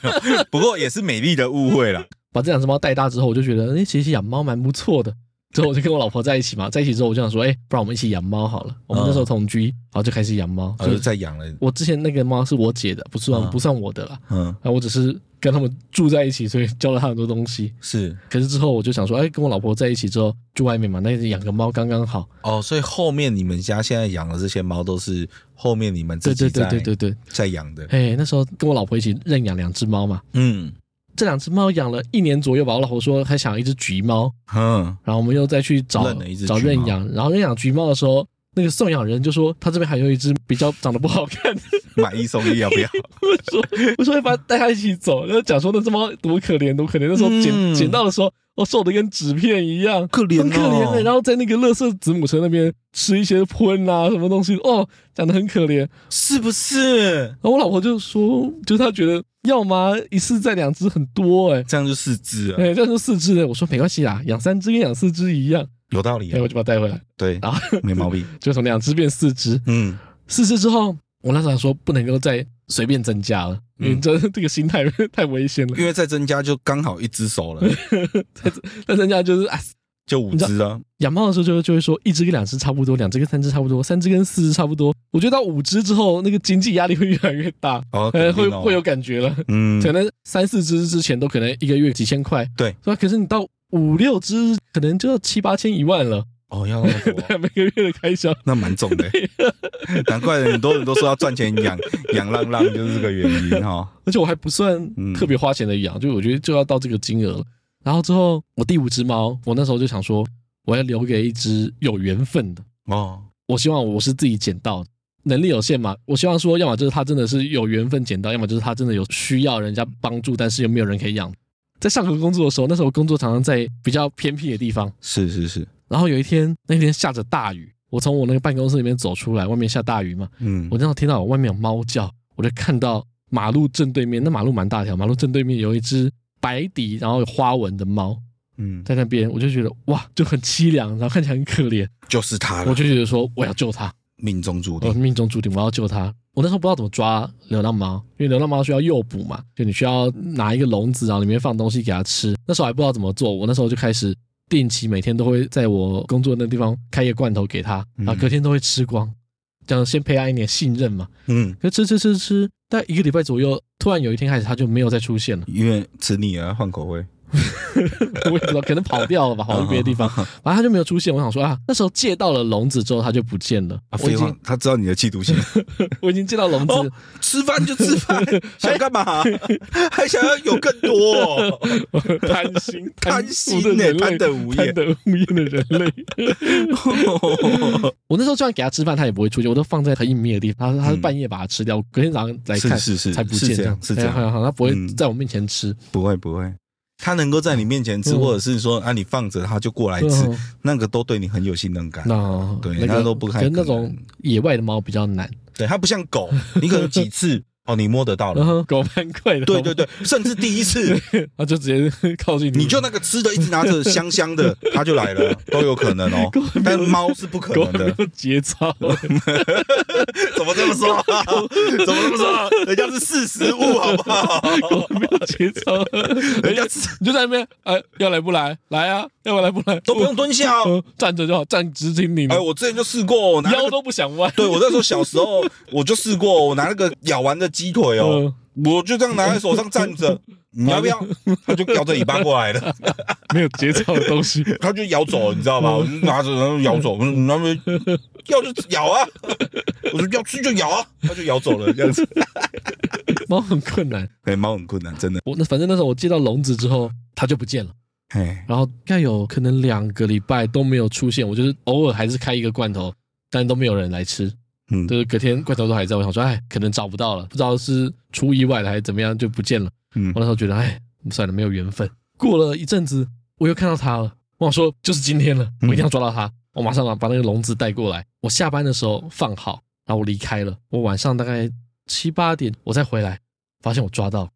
不过也是美丽的误会啦。把这两只猫带大之后，我就觉得，哎、其实养猫蛮不错的。之后我就跟我老婆在一起嘛，在一起之后我就想说，哎、不然我们一起养猫好了。我们那时候同居，然后就开始养猫。我所哦就以在养了，我之前那个猫是我姐的，不算、嗯不算我的啦。嗯，啊，我只是跟他们住在一起，所以教了它很多东西。是可是之后我就想说，哎、跟我老婆在一起之后住外面嘛，那养个猫刚刚好。哦，所以后面你们家现在养的这些猫都是后面你们对自己对对在对对对，在养的，哎、那时候跟我老婆一起认养两只猫嘛，嗯这两只猫养了一年左右吧。我老婆说还想要一只橘猫，嗯，然后我们又再去找认了一只找橘猫认养，然后认养橘猫的时候，那个送养人就说他这边还有一只比较长得不好看的，买一送一要不要？我说 我说要不要带它一起走，然后讲说那只猫多可怜多可怜，那时候捡、嗯捡到的时候，哦瘦的跟纸片一样，可怜哦很可怜欸的、然后在那个乐色子母车那边吃一些喷啊什么东西，哦讲的很可怜，然 是不是？后我老婆就说，就是她觉得要吗一次再两只很多哎、欸。这样就四只了，哎，这样就四只的，我说没关系啦，养三只跟养四只一样，有道理哎，啊，我就把它带回来，对然，后 没毛病。就从两只变四只，嗯，四只之后，我那时候想说不能够再随便增加了，因为嗯这这个心态太危险了。因为再增加就刚好一只手了，再增加就是啊，就五只啊。养猫的时候就就会说一只跟两只差不多，两只跟三只差不多，三只跟四只差不多。我觉得到五只之后，那个经济压力会越来越大，哦，呃， 肯定会哦会有，感觉了。嗯，可能三四只之前都可能一个月几千块，对是吧？可是你到五六只，可能就要七八千一万了， 哦，要那么多每个月的开销。那蛮重 的，难怪很多人都说要赚钱养养浪浪，就是这个原因哈。而且我还不算嗯特别花钱的养，就我觉得就要到这个金额了。然后之后我第五只猫，我那时候就想说，我要留给一只有缘分的。 哦，我希望我是自己捡到的，能力有限嘛，我希望说，要么就是它真的是有缘分捡到，要么就是它真的有需要人家帮助，但是又没有人可以养。在上课工作的时候，那时候我工作常常在比较偏僻的地方，是是是，然后有一天那天下着大雨，我从我那个办公室里面走出来，外面下大雨嘛，嗯我，正好听到我外面有猫叫，我就看到马路正对面，那马路蛮大条，马路正对面有一只白底然后有花纹的猫嗯，在那边，我就觉得哇，就很凄凉，然后看起来很可怜，就是它我了，就觉得说我要救它，命中注我定。命中注定我要救它。我那时候不知道怎么抓流浪猫，因为流浪猫需要诱捕嘛，就你需要拿一个笼子，然后里面放东西给它吃。那时候还不知道怎么做，我那时候就开始定期每天都会在我工作的那地方开一个罐头给它，然后隔天都会吃光，这样先培养一点信任嘛。嗯，可吃吃吃吃，大概一个礼拜左右，突然有一天开始，它就没有再出 现了。因为吃腻了换口味，我也不知道，可能跑掉了嗯吧，跑去别的地方，反正它就没有出现。我想说啊，那时候借到了笼子之后，它就不见了。啊，我已废话经，他知道你的嫉妒 心，我已经借到笼子，哦吃饭就吃 饭，想干嘛？还想要有更多？ 贪心 贪心的心呢人，类贪，得无贪厌。得无厌的人类。 我那时候就算给它吃饭，它也不会出现，我都放在很隐秘的地方，它它是嗯半夜把它吃掉，隔天早上来是看是是才不是见这这样样，是这样哎好好好，它不会嗯在我面前吃。不会不会，他能够在你面前吃，嗯或者是说啊你放着他就过来哎吃，嗯那个都对你很有信任感。那对那它个都不太可能那可能种野外的猫比较难。 对，它不像狗，你可能几次哦，你摸得到然了，后嗯狗蛮贵的，对对，对，甚至第 一次他就直接靠近你就那个吃的一直拿着香香 的，它就来了，都有可能哦。但猫是不可狗能没的，有节操， 怎么这么说？怎么这么说？人家是识时务，好不好？ 狗没有节 操，人家你就在那边，哎，要来不来？来啊，要不来不来？都不用蹲下哦。呃站着就好，站直挺挺的哎，，我之前就试过，我拿嗯那腰个都不想弯。对我那时候小时候，我就试过，哦我拿那个咬完的鸡腿嗯哦，我就这样拿在手上站 着，你要不要？它就摇着尾巴过来 了，没有节操的东西， 它就咬走，你知 道吗？我就拿着然后咬走，我说你那边要就咬啊， 我说要吃就咬啊，它就咬走了这样子。猫很困难。 哎，猫很困难，真的。我那反正那时候我接到笼子之后，它就不见了。哎，然后应该有可能两个礼拜都没有出现，我就是偶尔还是开一个罐头，但都没有人来吃，嗯，就是隔天罐头都还在。我想说，哎，可能找不到了，不知道是出意外了还是怎么样就不见了。嗯我那时候觉得，哎，算了，没有缘分。过了一阵子，我又看到它了，我想说就是今天了，我一定嗯要抓到它。我马上把把那个笼子带过来，我下班的时候放好，然后我离开了。我晚上大概七八点我再回来，发现我抓到，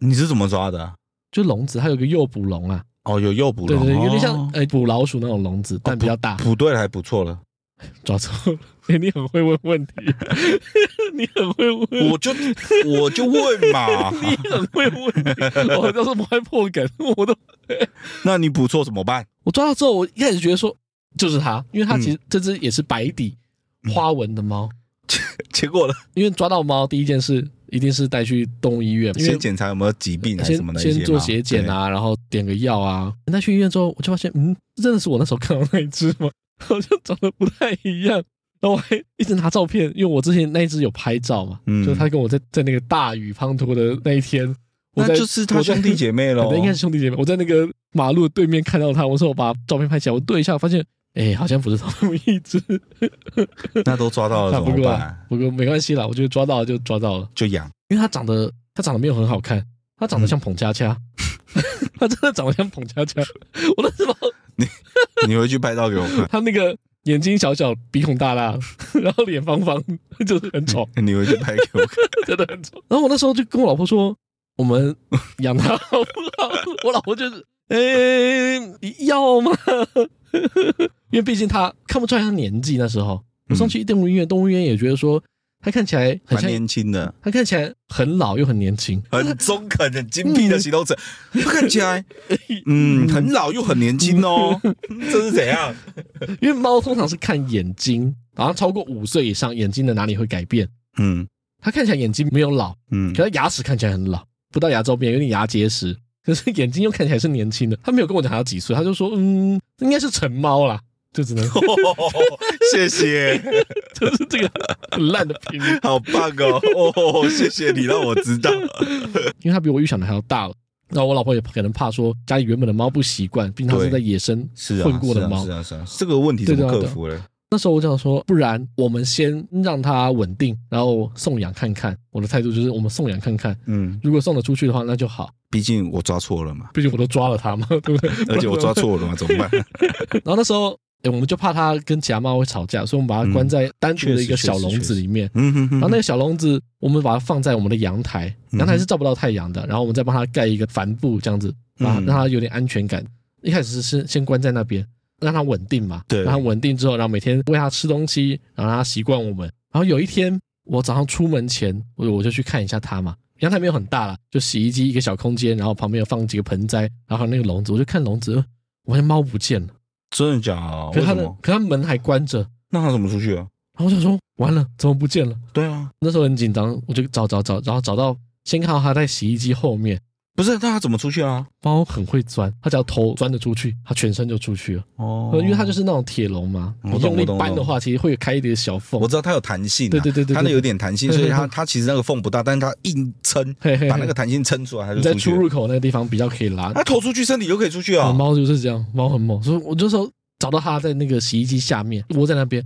你是怎么抓的啊？就笼子它有一个诱捕笼啊，哦，有诱捕对笼，对对，有点像哦呃捕老鼠那种笼子，但比较大。捕对了还不错了。抓错了， 哎、你很会问问题，啊 你很会问，我就 我就问 嘛，你很会问，我都是不会破梗，我都那你捕错怎么办？ 我抓到之后，我一开始觉得说就是它，因为它嗯其实这只也是白底花纹的猫，结果呢？因为抓到猫第一件事一定是带去动物医院，因为先检查有没有疾病还是什么先的一些先嘛，做血检啊，然后点个药啊。那去医院之后，我就发现，嗯，这真的是我那时候看到那一只吗？ 好像长得不太一样。然后我还一直拿照片，因为我之前那一只有拍照嘛，嗯就是他跟我在在那个大雨滂沱的那一天，我对，在那就是他兄弟姐妹我在喽可能。应该是兄弟姐妹。我在那个马路对面看到他，我说我把照片拍起来，我对一下，发现。哎、好像不是同一只，那都抓 到了啊哦怎不么过办啊？不过没关系啦，我觉得抓到了就抓到了。就养。因为它长得它长得没有很好看，它嗯长得像捧恰 恰，它真的长得像捧恰恰。 我那时候你回去拍照给我看，它那个眼睛小小，鼻孔大 大，然后脸方方， 就是很丑，你回去拍给我看。真的很 丑。然后我那时候就跟我老婆说，我们养它好不好？ 我老婆就是，哎、要吗？ 因为毕竟它看不出来它年纪，那时候我上去动物医院，动物医院也觉得说。它看起来很嗯蛮像，年轻的，它看起来很老又很年轻，很中肯、很精辟的嗯形容词，看起来，啊嗯，很老又很年轻哦。嗯这是怎样？因为猫通常是看眼睛，好像超过五岁以上，眼睛的哪里会改变。嗯它看起来眼睛没有老，嗯可它牙齿看起来很老，不到牙周边有点牙结石，可是眼睛又看起来是年轻的。他没有跟我讲他几岁，他就说嗯，应该是成猫啦，就只能 谢谢。就是这个很烂的评论，好棒哦！哦，谢谢你让我知 道。啊因为它比我预想的还要大了。然后我老婆也可能怕说家里原本的猫不习惯，毕竟它是对在野生是啊，混过的猫是。啊，是啊，这个问题怎么克服了？那时候我想说，不然我们先让它稳定，然后送养看看。我的态度就是我们送养看看，嗯，如果送得出去的话，那就好，毕竟我抓错了嘛，毕竟我都抓了它嘛，对不对？而且我抓错了嘛，怎么办？然后那时候，哎、我们就怕它跟其他猫会吵架，所以我们把它关在单独的一个小笼子里面。嗯哼哼啊然后那个小笼子，我们把它放在我们的阳台，嗯阳台是照不到太阳的。然后我们再帮它盖一个帆布，这样子，让它嗯让它有点安全感。一开始是先先关在那边，让它稳定嘛。对让它稳定之后，然后每天喂它吃东西，然后让它习惯我们。然后有一天，我早上出门前，我我就去看一下它嘛。阳台没有很大啦，就洗衣机一个小空间，然后旁边有放几个盆栽，然后还有那个笼子，我就看笼子，呃我发现猫不见了。真的假的？可啊为是他什的么？可他门还关着，那他怎么出去啊？然后我想说完了，怎么不见了？对啊，那时候很紧张，我就找找找，然后找到先看到它在洗衣机后面，不是，那他怎么出去啊？猫很会钻，它只要头钻得出去，它全身就出去了，哦呃因为它就是那种铁笼嘛，我你懂用力我懂扳我的懂话，其实会有开一点小缝我。知道它有弹性、啊，对对对对对它那有点弹性，对所对以对它它其实那个缝不大，但是它硬撑，嘿嘿把那嘿个，弹性撑出来，它你就在出出去了。入口那个地方比较可以拉。它投出去，身体就可以出去啊、呃猫就是这样，猫很猛，所以我那时候找到它在那个洗衣机下面窝在那边。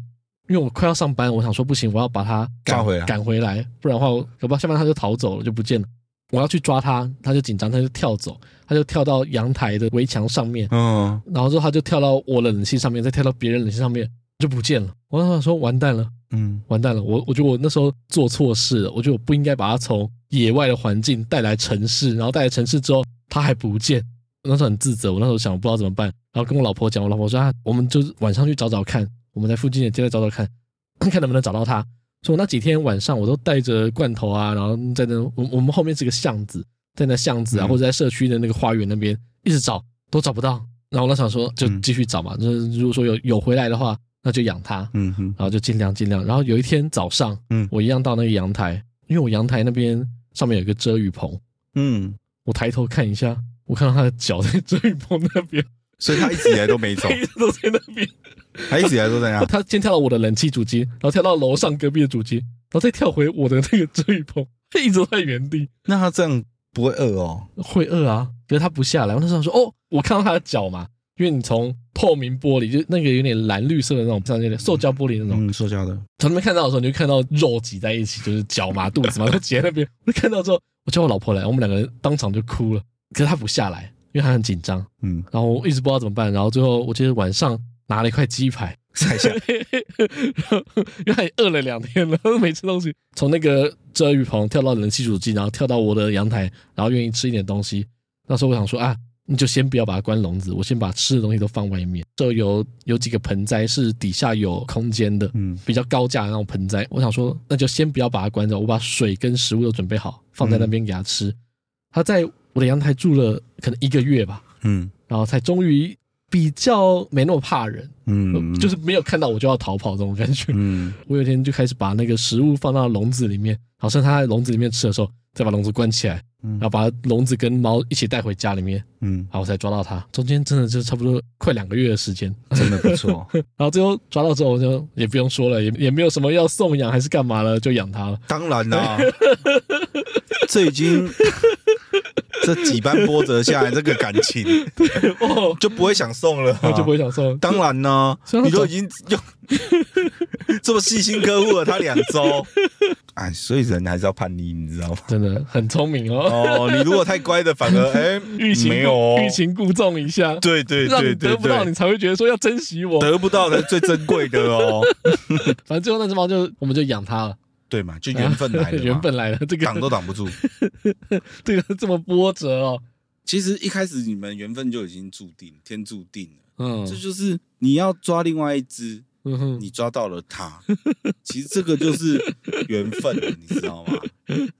因为我快要上班，我想说不行，我要把它赶抓回来赶回来，不然的话，我搞不好下班它就逃走了，就不见了。我要去抓它，它就紧张，它就跳走，它就跳到阳台的围墙上面，嗯，然后之后它就跳到我的冷气上面，再跳到别人冷气上面，我就不见了。我那时候说完蛋了，嗯，完蛋了！我我觉得我那时候做错事了，我觉得我不应该把它从野外的环境带来城市，然后带来城市之后它还不见，我那时候很自责，我那时候想我不知道怎么办，然后跟我老婆讲，我老婆说啊，我们就是晚上去找找看，我们在附近的街道找找看，看能不能找到它。所以我那几天晚上我都带着罐头啊，然后在那我我们后面是个巷子，在那巷子啊、嗯或者在社区的那个花园那边一直找都找不到，然后我那想说就嗯继续找嘛，就是如果说有有回来的话，那就养它，嗯哼，然后就尽量尽量。然后有一天早上，嗯我一样到那个阳台，因为我阳台那边上面有一个遮雨棚，嗯，我抬头看一下，我看到他的脚在遮雨棚那边，所以他一直以来都没走他，一直都在那边。他一直以来都在那。 他先跳到我的冷气主机，然后跳到楼上隔壁的主机，然后再跳回我的那个遮雨棚，他一直都在原地。那他这样不会饿哦？会饿啊，可是他不下来。我那时候想说，哦，我看到他的脚嘛，因为你从透明玻璃，就那个有点蓝绿色的那种，像有点塑胶玻璃那种，嗯，塑胶的，从那边看到的时候，你就看到肉挤在一起，就是脚嘛、肚子嘛都挤在那边。我就看到之后，我叫我老婆来，我们两个人当场就哭了。可是她不下来，因为她很紧张。嗯，然后我一直不知道怎么办，然后最后我记得晚上拿了一块鸡排，晒下然后因为她也饿了两天了，没吃东西，从那个遮雨棚跳到冷气主机，然后跳到我的阳台，然后愿意吃一点东西。那时候我想说啊，你就先不要把它关笼子，我先把吃的东西都放外面。这有有几个盆栽是底下有空间的，嗯，比较高价的那种盆栽，我想说那就先不要把它关着，我把水跟食物都准备好，放在那边给它吃。嗯它在我的阳台住了可能一个月吧，嗯，然后才终于比较没那么怕人，嗯，哦就是没有看到我就要逃跑这种感觉。嗯，我有一天就开始把那个食物放到笼子里面，好像它在笼子里面吃的时候，再把笼子关起来，嗯，然后把笼子跟猫一起带回家里面，嗯，然后我才抓到它。中间真的就差不多快两个月的时间。嗯真的不 错，然后最后抓到之后，我就也不用说了，也也没有什么要送养还是干嘛了，就养它了。当然啦，这 已经这几番波折下来，这个感情哦，就不会想送了啊、我哦就不会想送。当然呢虽，然你都说已经用 这么细心呵护了他两周，哎，所以人还是要叛逆，你 知道吗？真的很聪明哦，哦，你如果太乖的，反而哎，欲擒没有哦欲，擒故纵一下，对对让你对得对不到，对你，才会觉得说要珍惜我。得不到才是最珍贵的 哦，反正最后那只猫就我们就养它了，对嘛，就缘分来的 嘛，缘分来了。这挡个都挡不住。这个这么波折哦，其实一开始你们缘分就已经注定，天注定了。嗯这就是你要抓另外一只，嗯哼，你抓到了它，其实这个就是缘分了，你知道吗？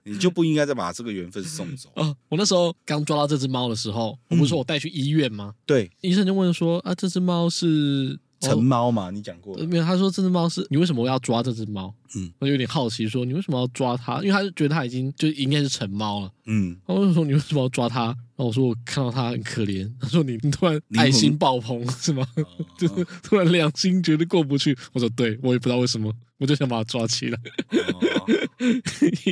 你就不应该再把这个缘分送走。哦，我那时候刚抓到这只猫的时候，我不是说我带去医院吗？对，医生就问说啊，这只猫是成猫嘛，你讲过呃了，没有，他说这只猫是你为什么要抓这只猫？嗯，我就有点好奇说你为什么要抓它？因为他就觉得它已经就应该是成猫了。嗯，然后我就说你为什么要抓它？然后我说我看到它很可怜。他说你你突然爱心爆棚是吗？ 哦就是突然良心觉得过不去。我说对，我也不知道为什么，我就想把它抓起来。 哦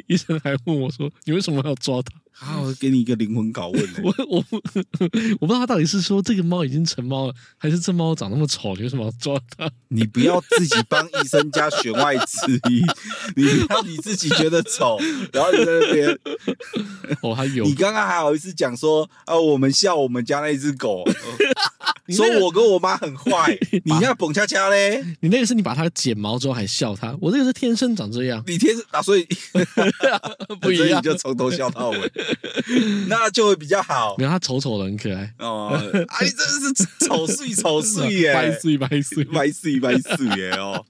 医生还问我说你为什么要抓它？好，我给你一个灵魂拷问欸我我我不知道他到底是说这个猫已经成猫了，还是这猫长那么丑，你为什么要抓它？你不要自己帮医生家弦外之音，你不要你自己觉得丑，然后你在那边，哦，它有你刚刚还好意思讲说啊，我们笑我们家那只狗，呃你说那个我跟我妈很坏，你要蹦恰恰嘞。你那个是你把它剪毛之后还笑它，我这个是天生长这 样，你天生啊，所以 不一所以你样。就从头笑到尾， 那就会比较好没有，它丑丑的很可爱，哦。啊，你真的是丑碎丑碎 耶，白碎白碎，白碎白碎耶 哦。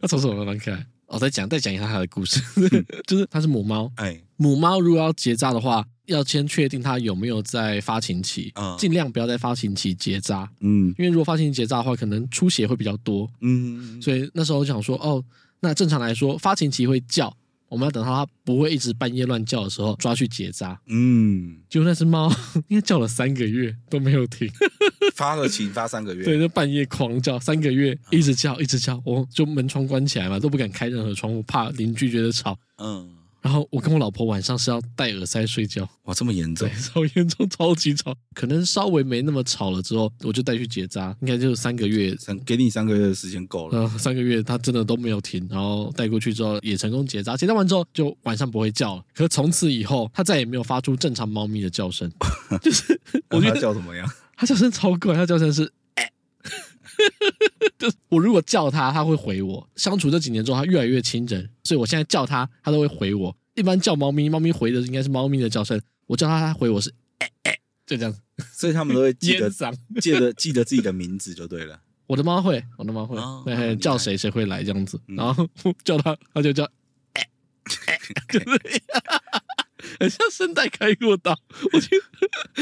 它丑丑的蛮可爱。我、再讲再讲一下它的故事，就是它是母猫，哎，母猫如果要结扎的话，要先确定它有没有在发情期嗯，尽量不要在发情期结扎，嗯因为如果发情期结扎的话，可能出血会比较多，嗯，所以那时候我想说，哦，那正常来说，发情期会叫，我们要等到它不会一直半夜乱叫的时候抓去结扎。嗯，结果那只猫 应该叫了三个月都没有停，发了情发三个月，对，就半夜狂叫，三个月一直叫一直叫，我就门窗关起来嘛，都不敢开任何窗户，怕邻居觉得吵。嗯，然后我跟我老婆晚上是要戴耳塞睡觉，哇，这么严重对，，超严重，超级吵。可能稍微没那么吵了之后，我就带去结扎，应该就三个月三给你三个月的时间够了。呃，三个月它真的都没有停，然后带过去之后也成功结扎，结扎完之后就晚上不会叫了。可是从此以后，它再也没有发出正常猫咪的叫声，就是那我觉它得叫什么样？ 哎它叫声超怪，它叫声是 就是我如果叫它，它会回我。相处这几年之后，它越来越亲人，所以我现在叫它，它都会回我。一般叫猫咪，猫咪回的应该是猫咪的叫声，我叫它，它回我是哎哎，就这样子。所以他们都会记 烟得嗓，记得记得自己的名字就对了。我的猫会，我的猫会哦，对那很厉害叫谁谁会来这样子，嗯哎然后叫它，它就叫， 就是很像声带开过刀，我就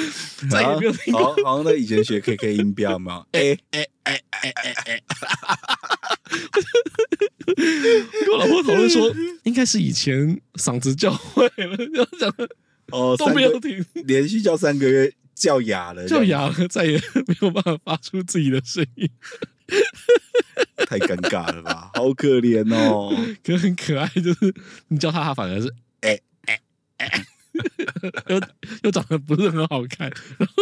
啊再也没有听过。好好像在以前学 KK 音 标嘛，哎哎哎哎哎哎，跟我老婆讨论说，应该是以前嗓子叫坏了， 然后讲哦，都三没有个听，连续叫三个月，叫哑了，叫这样哑了，再也没有办法发出自己的声音，太尴尬了吧，好可怜哦。可很可爱，就是你叫它，它反而是哎哎哎， 又又长得不是很好看， 然后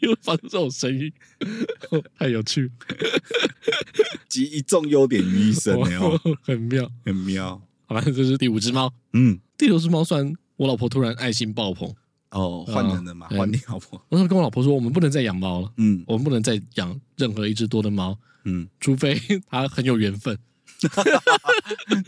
又发出这种声音，哦太有趣，集一众优点于一身哎哦，很妙。很妙。好吧，这是第五只猫，嗯，第六只猫虽然我老婆突然爱心爆棚，哦，嗯换人了嘛，对换你好不好？我那时候跟我老婆说，我们不能再养猫了，嗯我们不能再养任何一只多的猫。嗯，除非他很有缘分。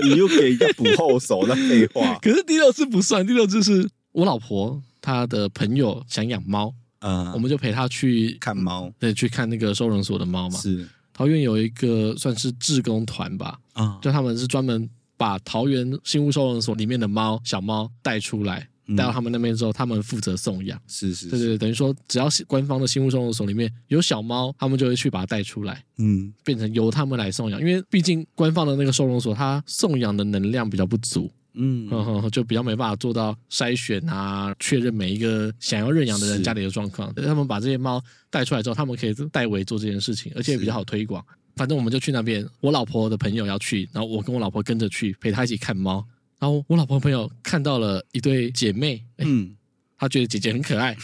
你又给一个补后手，那废话。可是第六只不算，第六只是我老婆她的朋友想养猫，嗯，我们就陪她去看，猫对，去看那个收容所的猫嘛。是桃园有一个算是志工团吧，啊，就他们是专门把桃园新屋收容所里面的猫、小猫带出来，嗯带到他们那边之后，他们负责送养。是是对对是，对，等于说只要是官方的新屋收容所里面有小猫，他们就会去把它带出来。嗯变成由他们来送养，因为毕竟官方的那个收容所，它送养的能量比较不足，嗯，嗯哼，就比较没办法做到筛选啊，确认每一个想要认养的人是家里的状况。他们把这些猫带出来之后，他们可以代为做这件事情，而且也比较好推广。反正我们就去那边，我老婆的朋友要去，然后我跟我老婆跟着去，陪她一起看猫。然后我老婆的朋友看到了一对姐妹，哎嗯，她觉得姐姐很可 爱。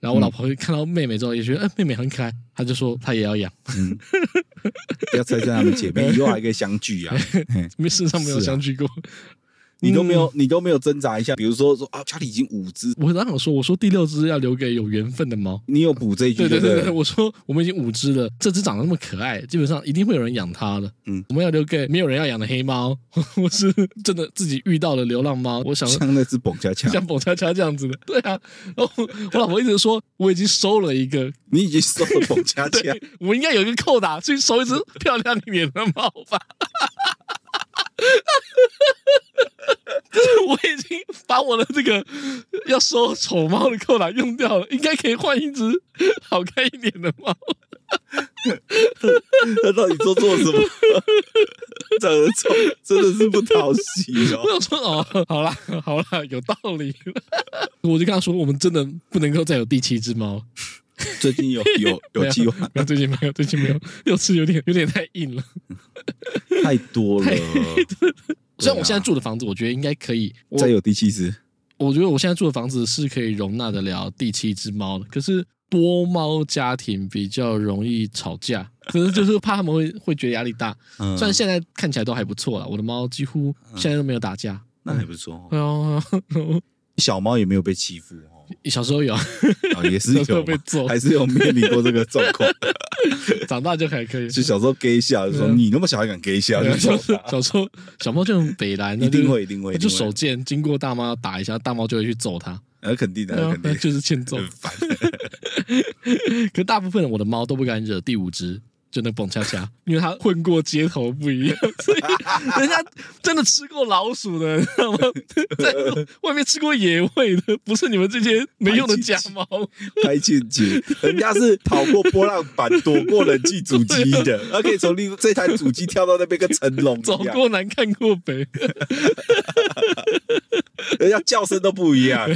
然后我老婆看到妹妹之后也觉得，哎、妹妹很可爱，她就说她也要养。嗯，不要拆散她们姐妹，以后还可以相 聚啊。嗯嘿因为事实上没有是啊相聚过，你都没有，你都没有挣扎一下，比如说说啊，家里已经五只，我刚想说，我说第六只要留给有缘分的猫。你有补这一句对对不对对，我说我们已经五只了，这只长得那么可爱，基本上一定会有人养它的。嗯我们要留给没有人要养的黑猫， 或是真的自己遇到了流浪猫。我想像那只蹦恰恰，像蹦恰恰这样子的， 对啊。然后我我老婆一直说我已经收了一个，你已经收了蹦恰恰，对我应该有一个扣打去收一只漂亮一点的猫吧。 就是我已经把我的这个要收丑猫的扣打用掉了，应该可以换一只好看一点的猫。 他到底做错什么？长得丑，真的是不讨喜哦我。想说哦，好啦 好啦，有道理。 我就跟他说，我们真的不能够再有第七只猫。 最近有有有计划，没有，最近没有，最近没有，六次有点有点太硬了。太多了。虽然我现在住的房子，我觉得应该可以。我再有第七只，我觉得我现在住的房子是可以容纳得了第七只猫的，可是多猫家庭比较容易吵架，可是就是怕他们会会觉得压力大。嗯虽然现在看起来都还不错了，我的猫几乎现在都没有打架。那还不错哦。哎呦，小猫也没有被欺负哦， 小时候有，啊，也 是小时有候嘛被揍还是有面临过这个状况。 长大就还可以。就小时候 gay 笑，就说对啊你那么小还敢 gay 笑，对就 就揍是他小时候小猫就很北蓝，一定会一那定会，就一就定会手，贱经过大妈打一下，大猫就会去揍它，呃，肯定的，对啊肯定就是欠揍很。烦。可大部分我的猫都不敢惹第五只，就那蹦恰恰，因为它混过街头不一样，所以人家真的吃过老鼠的，你知道吗？在外面吃过野味的，不是你们这些没用的假猫。拍倩姐，人家是逃过波浪板，躲过冷气主机的，他可以从另这台主机跳到那边跟成龙走一样，过南看过北，人家叫声都不一样。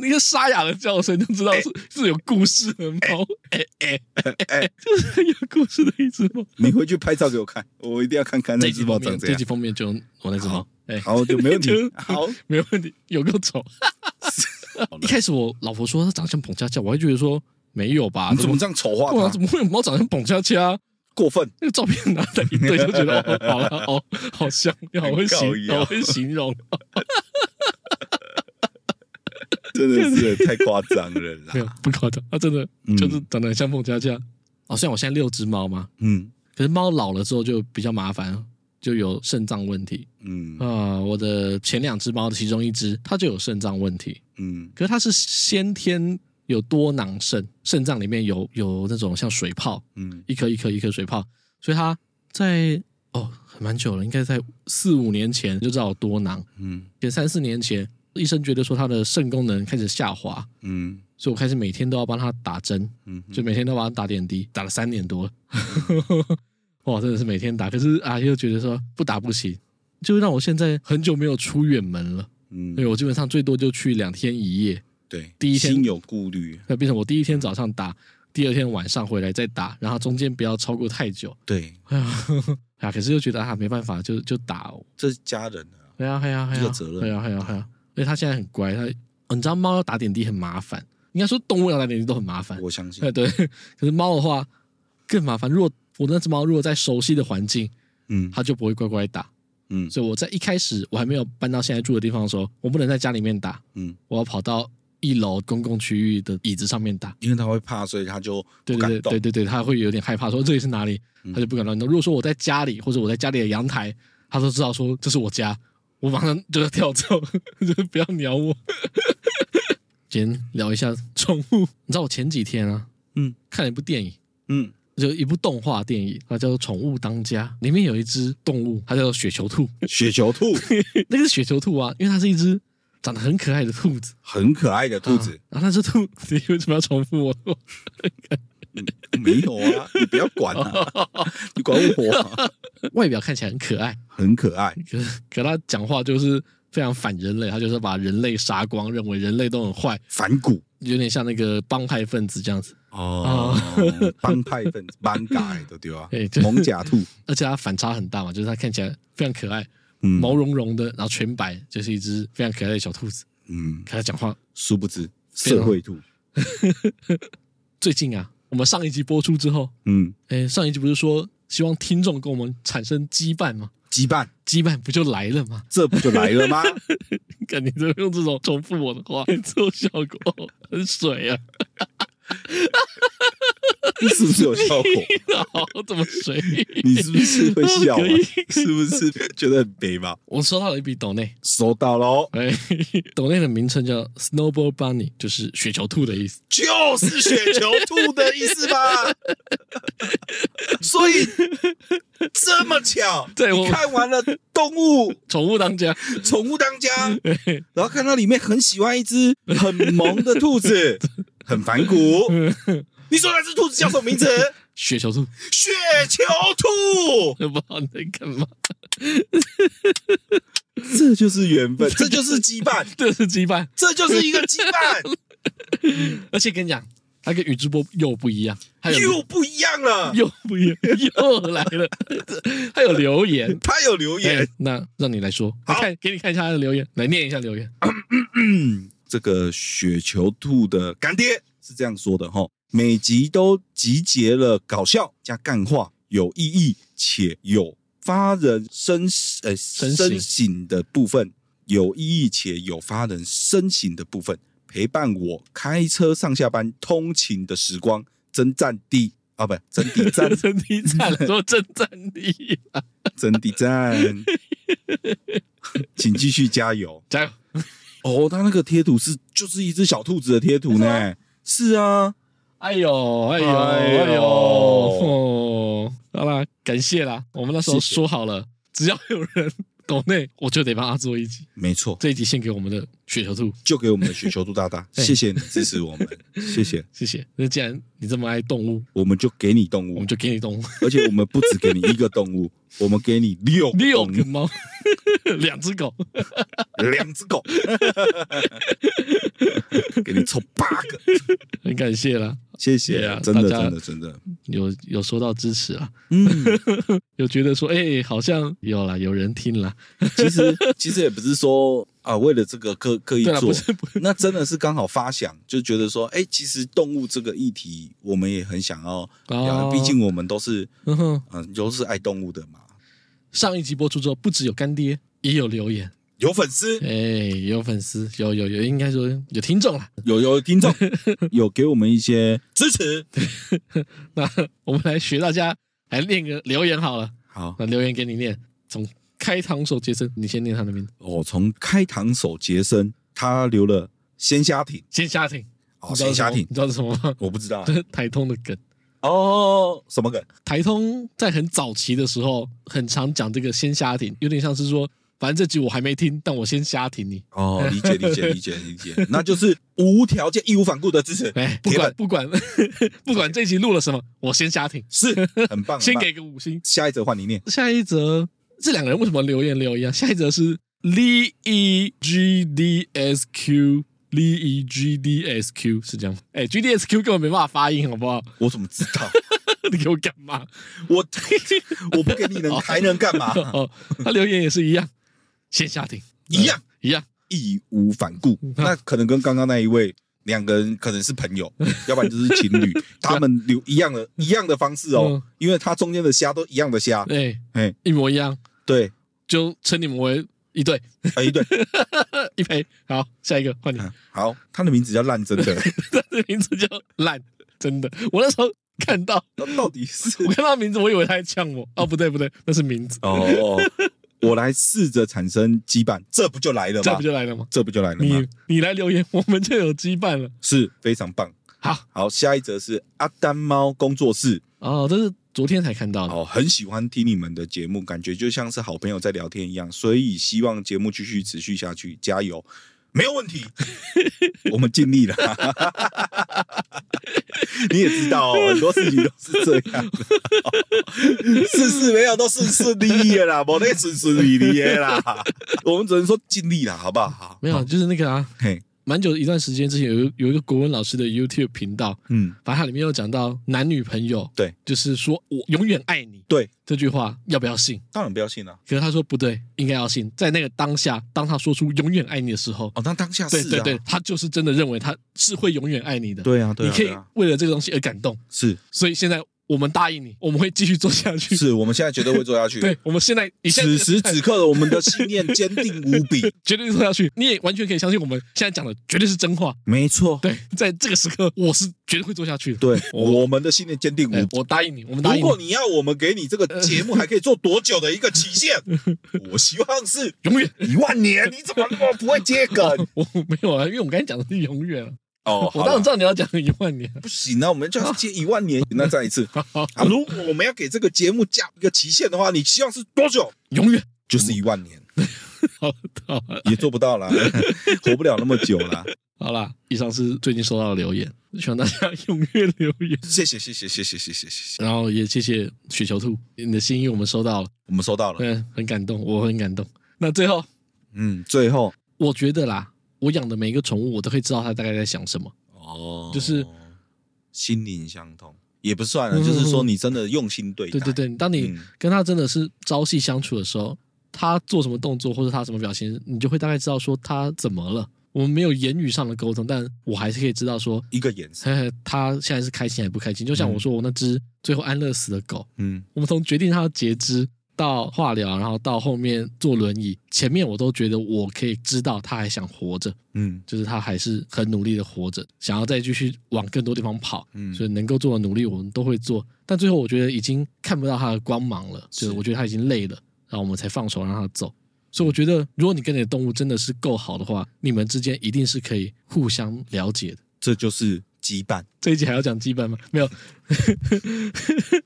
那个沙哑的叫声就知道是是有故事的猫，哎哎哎，就是很有故事的一只猫。你回去拍照给我看，我一定要看看那这只集猫封长面，怎这样集。封面就我那只猫，哎，好，就没问 题就。好，没问题，有够丑。了一开始我老婆说她长得像彭恰恰，我还觉得说没有吧，你怎么这样丑化对啊，它怎？么会有猫长得像彭恰恰？过分。那个照片拿来一对就觉得哦，好了，哦，好像，好会靠形，腰好会形容。真的是太夸张了没有啦！ 不夸张，她真的嗯就是长得很像彭恰恰，哦，虽然我现在六只猫嘛，嗯可是猫老了之后就比较麻烦，就有肾脏问题嗯啊、我的前两只猫的其中一只，它就有肾脏问题，嗯可是它是先天有多囊肾，肾脏里面有有那种像水泡，嗯一颗一颗一颗水泡，所以它在哦蛮久了，应该在四五年前就知道有多囊，嗯前三四年前医生觉得说它的肾功能开始下滑，嗯所以我开始每天都要帮它打针，嗯，就每天都帮它打点滴，打了三年多了， 哇，真的是每天打，可是啊又觉得说不打不行，就让我现在很久没有出远门了，嗯因为我基本上最多就去两天一夜，对，第一天心有顾虑，那变成我第一天早上打，第二天晚上回来再打，然后中间不要超过太久。 对，哎呀，啊，可是又觉得啊，没办法，就就打、哦。这是家人啊，哎呀，哎呀，哎呀，这个责任哎呀，哎呀，哎呀。而且它现在很乖，它、哦你知道猫要打点滴很麻烦，应该说动物要打点滴都很麻烦。我相信哎，， 对。可是猫的话更麻烦。如果我那只猫如果在熟悉的环境，嗯它就不会乖乖打。嗯所以我在一开始我还没有搬到现在住的地方的时候，我不能在家里面打，嗯，我要跑到一楼公共区域的椅子上面打。因为他会怕，所以他就对对不敢对对动，嗯对对，他会有点害怕，说这里是哪里，他就不敢乱动。如果说我在家里或者我在家里的阳台，他都知道说这是我家，我马上就要跳走， 就是不要鸟我。今天聊一下宠物，你知道我前几天啊，嗯，看了一部电影，嗯就一部动画电影，它叫做《宠物当家》，里面有一只动物，它叫做雪球兔。 雪球兔那个雪球兔啊，因为它是一只长得很可爱的兔子，很可爱的兔子，啊，然后那只兔，你为什么要重复我？ 没有啊，你不要 管啊，你管我啊，外表看起来很可爱，很可爱，可是可他讲话就是非常反人类，他就是把人类杀光，认为人类都很坏，反骨有点像那个帮派分子这样子。哦，帮派分 子，帮改的对吧？对就蒙甲兔，而且他反差很大嘛，就是他看起来非常可爱，嗯毛茸茸的，然后全白，就是一只非常可爱的小兔子。嗯，可他讲话，殊不知非常社会兔，最近啊，我们上一集播出之后，嗯，哎，上一集不是说希望听众跟我们产生羁绊吗？羁绊，羁绊不就来了 吗？这不就来了吗？看你怎么用这种重复我的话 做效果，很水啊！ 是不是有效果？好，怎么水？ 你是不是会笑、啊哦可以？是不是觉得很悲吧？我收到了一笔抖内，收到哦喽，哎，抖内的名称叫 Snowball Bunny，就是雪球兔的意思。就是雪球兔的 意思吧？所以这么巧，对我你看完了《动物宠物当家，宠物 当家》，然后看到里面很喜欢一只很萌的兔 子，很反骨。你说那只兔子叫什么名 字？雪球兔，雪球兔，不知道你在干嘛？这就是缘分，这就是羁绊，这是羁绊，这就是一个羁 绊，而且跟你讲，它跟宇智波又不一样，还有又不一样了。又不一样，又来了，还有留言。他有留哎言，那让你来说，好看给你看一下他的留言，来念一下留言。这个雪球兔的干爹是这样说的哈，每集都集结了搞笑加干话，有意义且有发人深呃深省深省的部分，有意义且有发人深省的部分，陪伴我开车上下班通勤的时光，真赞地啊，不，真 地赞真，真地赞，说真真地，真地赞，请继续加油。加油！哦，他那个贴图是就是一只小兔子的贴图呢。是啊，哎呦，哎呦，哎哎呦呦，哦，好啦，感谢啦。我们那时候谢谢说好了，只要有人懂内，我就得帮他做一集。没错，这一集献给我们的雪球兔，就给我们的雪球兔大大， 对谢谢你支持我们，谢谢， 谢谢。那既然你这么爱动物，我们就给你动我物们，就给你动物而且我们不只给你一个动 物，我们给你六个六动个物，猫， 两只狗，两只 狗，给你凑八个，很感谢啦，谢对谢啊，真的大家真的真的，有有收到支持啦，嗯，有觉得说，哎、好像有啦，有人听啦。其实其实也不是说啊，为了这个刻刻意对啦，啊做不，是不是，那真的是刚好发想，就觉得说，哎、其实动物这个议题，我们也很想要聊，哦毕、竟我们都是，呃嗯哼，嗯、都是爱动物的嘛。上一集播出之后，不只有干爹，也有留言，有粉丝，哎、有粉丝，有有有，应该说有听众啦。有有听 众有给我们一些支持。 那我们来学大家来念个留言好了，好，那留言给你念，从开膛手杰森，你先念他的名字，我从开膛手杰森，他留了鲜虾艇，先下挺，哦，你知道鲜是虾什么艇你，知道是什么吗？ 我不知道这是台通的梗。哦，什么梗？台通在很早期的时候，很常讲这个先瞎停，有点像是说，反正这集我还没听，但我先瞎停你。哦，理解理解理解 理解，那就是无条件、义无反顾的支持，哎，不铁管粉不管 不管这集录了什么，我先瞎停，是很 棒。先很棒给个五星。下一则换你念，下一则，这两个人为什么留言留一样？下一则是 L E G D S Q。L E G D S Q 是这样吗，哎、g D S Q 根本没办法发音，好不好？ 我怎么知道？你给我干嘛？我 我不给你能哦还能干嘛？哦， 他留言也是一样，先下停，哎一样一样，义无反顾。那可能跟刚刚那一位两个人可能是朋 友，要不然就是情 侣，他们留一样的一样的方式哦嗯，因为他中间的虾都一样的虾，哎、哎，一模一样，对，就称你们为一对 哎对， 一赔。好，下一个换你。 嗯好，他的名字叫烂真 的，他的名字叫烂，真的。我那时候看到，到底是我看到名字，我以为他在呛我。哦，不对不对，那是名字。 哦，我来试着产生羁绊，这不就来了吗？这样不就来了吗？这不就来了吗你？你来留言，我们就有羁绊了。是非常棒。好，好，下一则是阿丹猫工作室哦，这是昨天才看到的。哦，很喜欢听你们的节目，感觉就像是好朋友在聊天一样，所以希望节目继续持续下去，加油，没有问题， 我们尽力了。 你也知道、哦，很多事情都是这样的， 事事没有都顺顺利利的啦，没得顺顺利利的啦，我们只能说尽力啦，好不好？没有，就是那个啊，嘿，蛮久一段时间之前有一有一个国文老师的 YouTube 频道，嗯，反正它里面有讲到男女朋友，对，就是说我永远爱你对，这句话要不要信？当然不要信啦、啊可是他说不对，应该要信。在那个当下，当他说出“永远爱你”的时候，哦，那当下是对啊，对对，他就是真的认为他是会永远爱你的。、对啊，对啊，你可以对啊为了这个东西而感动。是所以现在我们答应你，我们会继续做下去。是，我们现在绝对会做下去。 对，我们现在你现在 此时此刻的我们的信念坚定无比。绝对做下去，你也完全可以相信我们现在讲的绝对是真话。 没错， 对，在这个时刻，我是绝对会做下去的。对，我们的信念坚定哎无比。我答应你，我们答如应果你，你要我们给你这个节目还可以做多久的一个期 限，我希望是永远。 一万年。你怎么那么不会接梗？我没有啊，因为我们刚才讲的是永远啊， 哦，我当然知这道你要讲一万年。不行啊，我们就要接一万年。那再一 次， 好，啊如果我们要给这个节目加一个期限的话，你希望是多久？永远。就是一万年，好，好，也做不到 啦，活不了那么久 啦。好啦，以上是最近收到的留言，希望大家踊跃留言。谢谢，谢谢，谢谢，谢谢，谢 谢，然后也谢谢雪球兔，你的心意我们收到了，我们收到了。嗯，很感动，我很感动。那最后，嗯，最后我觉得啦，我养的每一个宠物，我都会知道它大概在想什么。哦，就是心灵相通，也不算了，啊嗯就是说你真的用心对待。对对对，当你嗯跟它真的是朝夕相处的时候，它做什么动作或者它什么表情，你就会大概知道说它怎么了。我们没有言语上的沟通，但我还是可以知道说， 一个眼神，嘿嘿，它现在是开心还是不开心。就像我说我那只最后安乐死的狗， 嗯，我们从决定它要截肢到化疗，然后到后面坐轮椅，前面我都觉得我可以知道它还想活着，嗯就是它还是很努力的活着，想要再继续往更多地方跑。嗯，所以能够做的努力我们都会做，但最后我觉得已经看不到它的光芒了，是就是我觉得它已经累了，然后我们才放手让它走。所以我觉得，如果你跟你的动物真的是够好的话，你们之间一定是可以互相了解的。这就是羁绊。这一集还要讲羁绊吗？没有，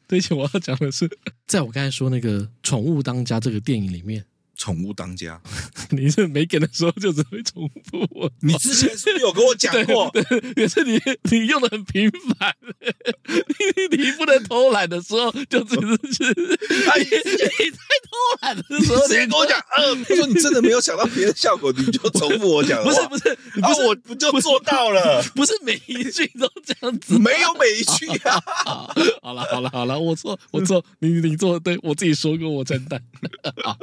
这一集我要讲的是，在我刚才说那个《宠物当家》这个电影里面， 宠物当家，你是没梗的时候就只会重复我，你之前是不是有跟我讲过？也是你你用的很频繁，你 你不能偷懒的时候就只是哎，你你在偷懒的时候，直接跟我讲，呃，我说你真的没有想到别的效果，你就重复我讲的不是话。不是啊不是、我不就做到了？不是每一句都这样子。没有每一句 啊，好，好了好了好了，我错我错，你你做的对，我自己说过我承担。好，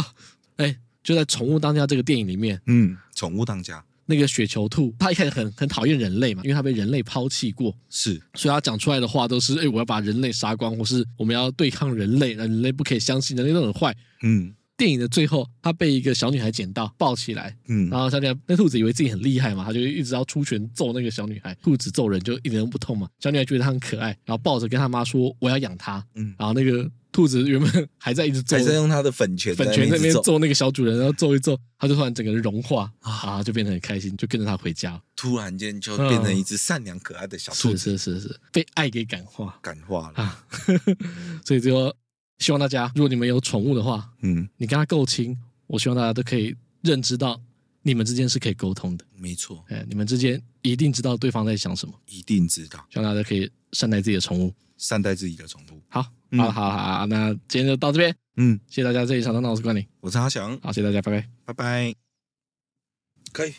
好，哎、就在《宠物当家》这个电影里面，嗯，宠物当家那个雪球兔，它一开始很很讨厌人类嘛，因为它被人类抛弃过，是所以他讲出来的话都是：哎、我要把人类杀光，或是我们要对抗人类，人类不可以相信，人类都很坏。嗯电影的最后，他被一个小女孩捡到，抱起来，嗯然后小女孩那兔子以为自己很厉害嘛，他就一直要出拳揍那个小女孩。兔子揍人就一点都不痛嘛，小女孩觉得她很可爱，然后抱着跟她妈说我要养她。嗯，然后那个兔子原本还在一直揍还在用他的粉拳粉拳那边边走，揍那个小主人，然后揍一揍，他就突然整个人融化啊，就变得很开心，就跟着他回家。突然间就变成一只善良可爱的小嗯兔是子，是是是，被爱给感化感化了。啊。 所以就希望大家，如果你们有宠物的话，嗯，你跟它够亲，我希望大家都可以认知到，你们之间是可以沟通的。没错，哎，你们之间一定知道对方在想什么。一定知道希望大家可以善待自己的宠物。善待自己的宠物。好，嗯好了，好了，好了，好那今天就到这边，嗯，谢谢大家这一场的闹事观点，我是阿翔，好，谢谢大家，拜拜。拜拜。可以。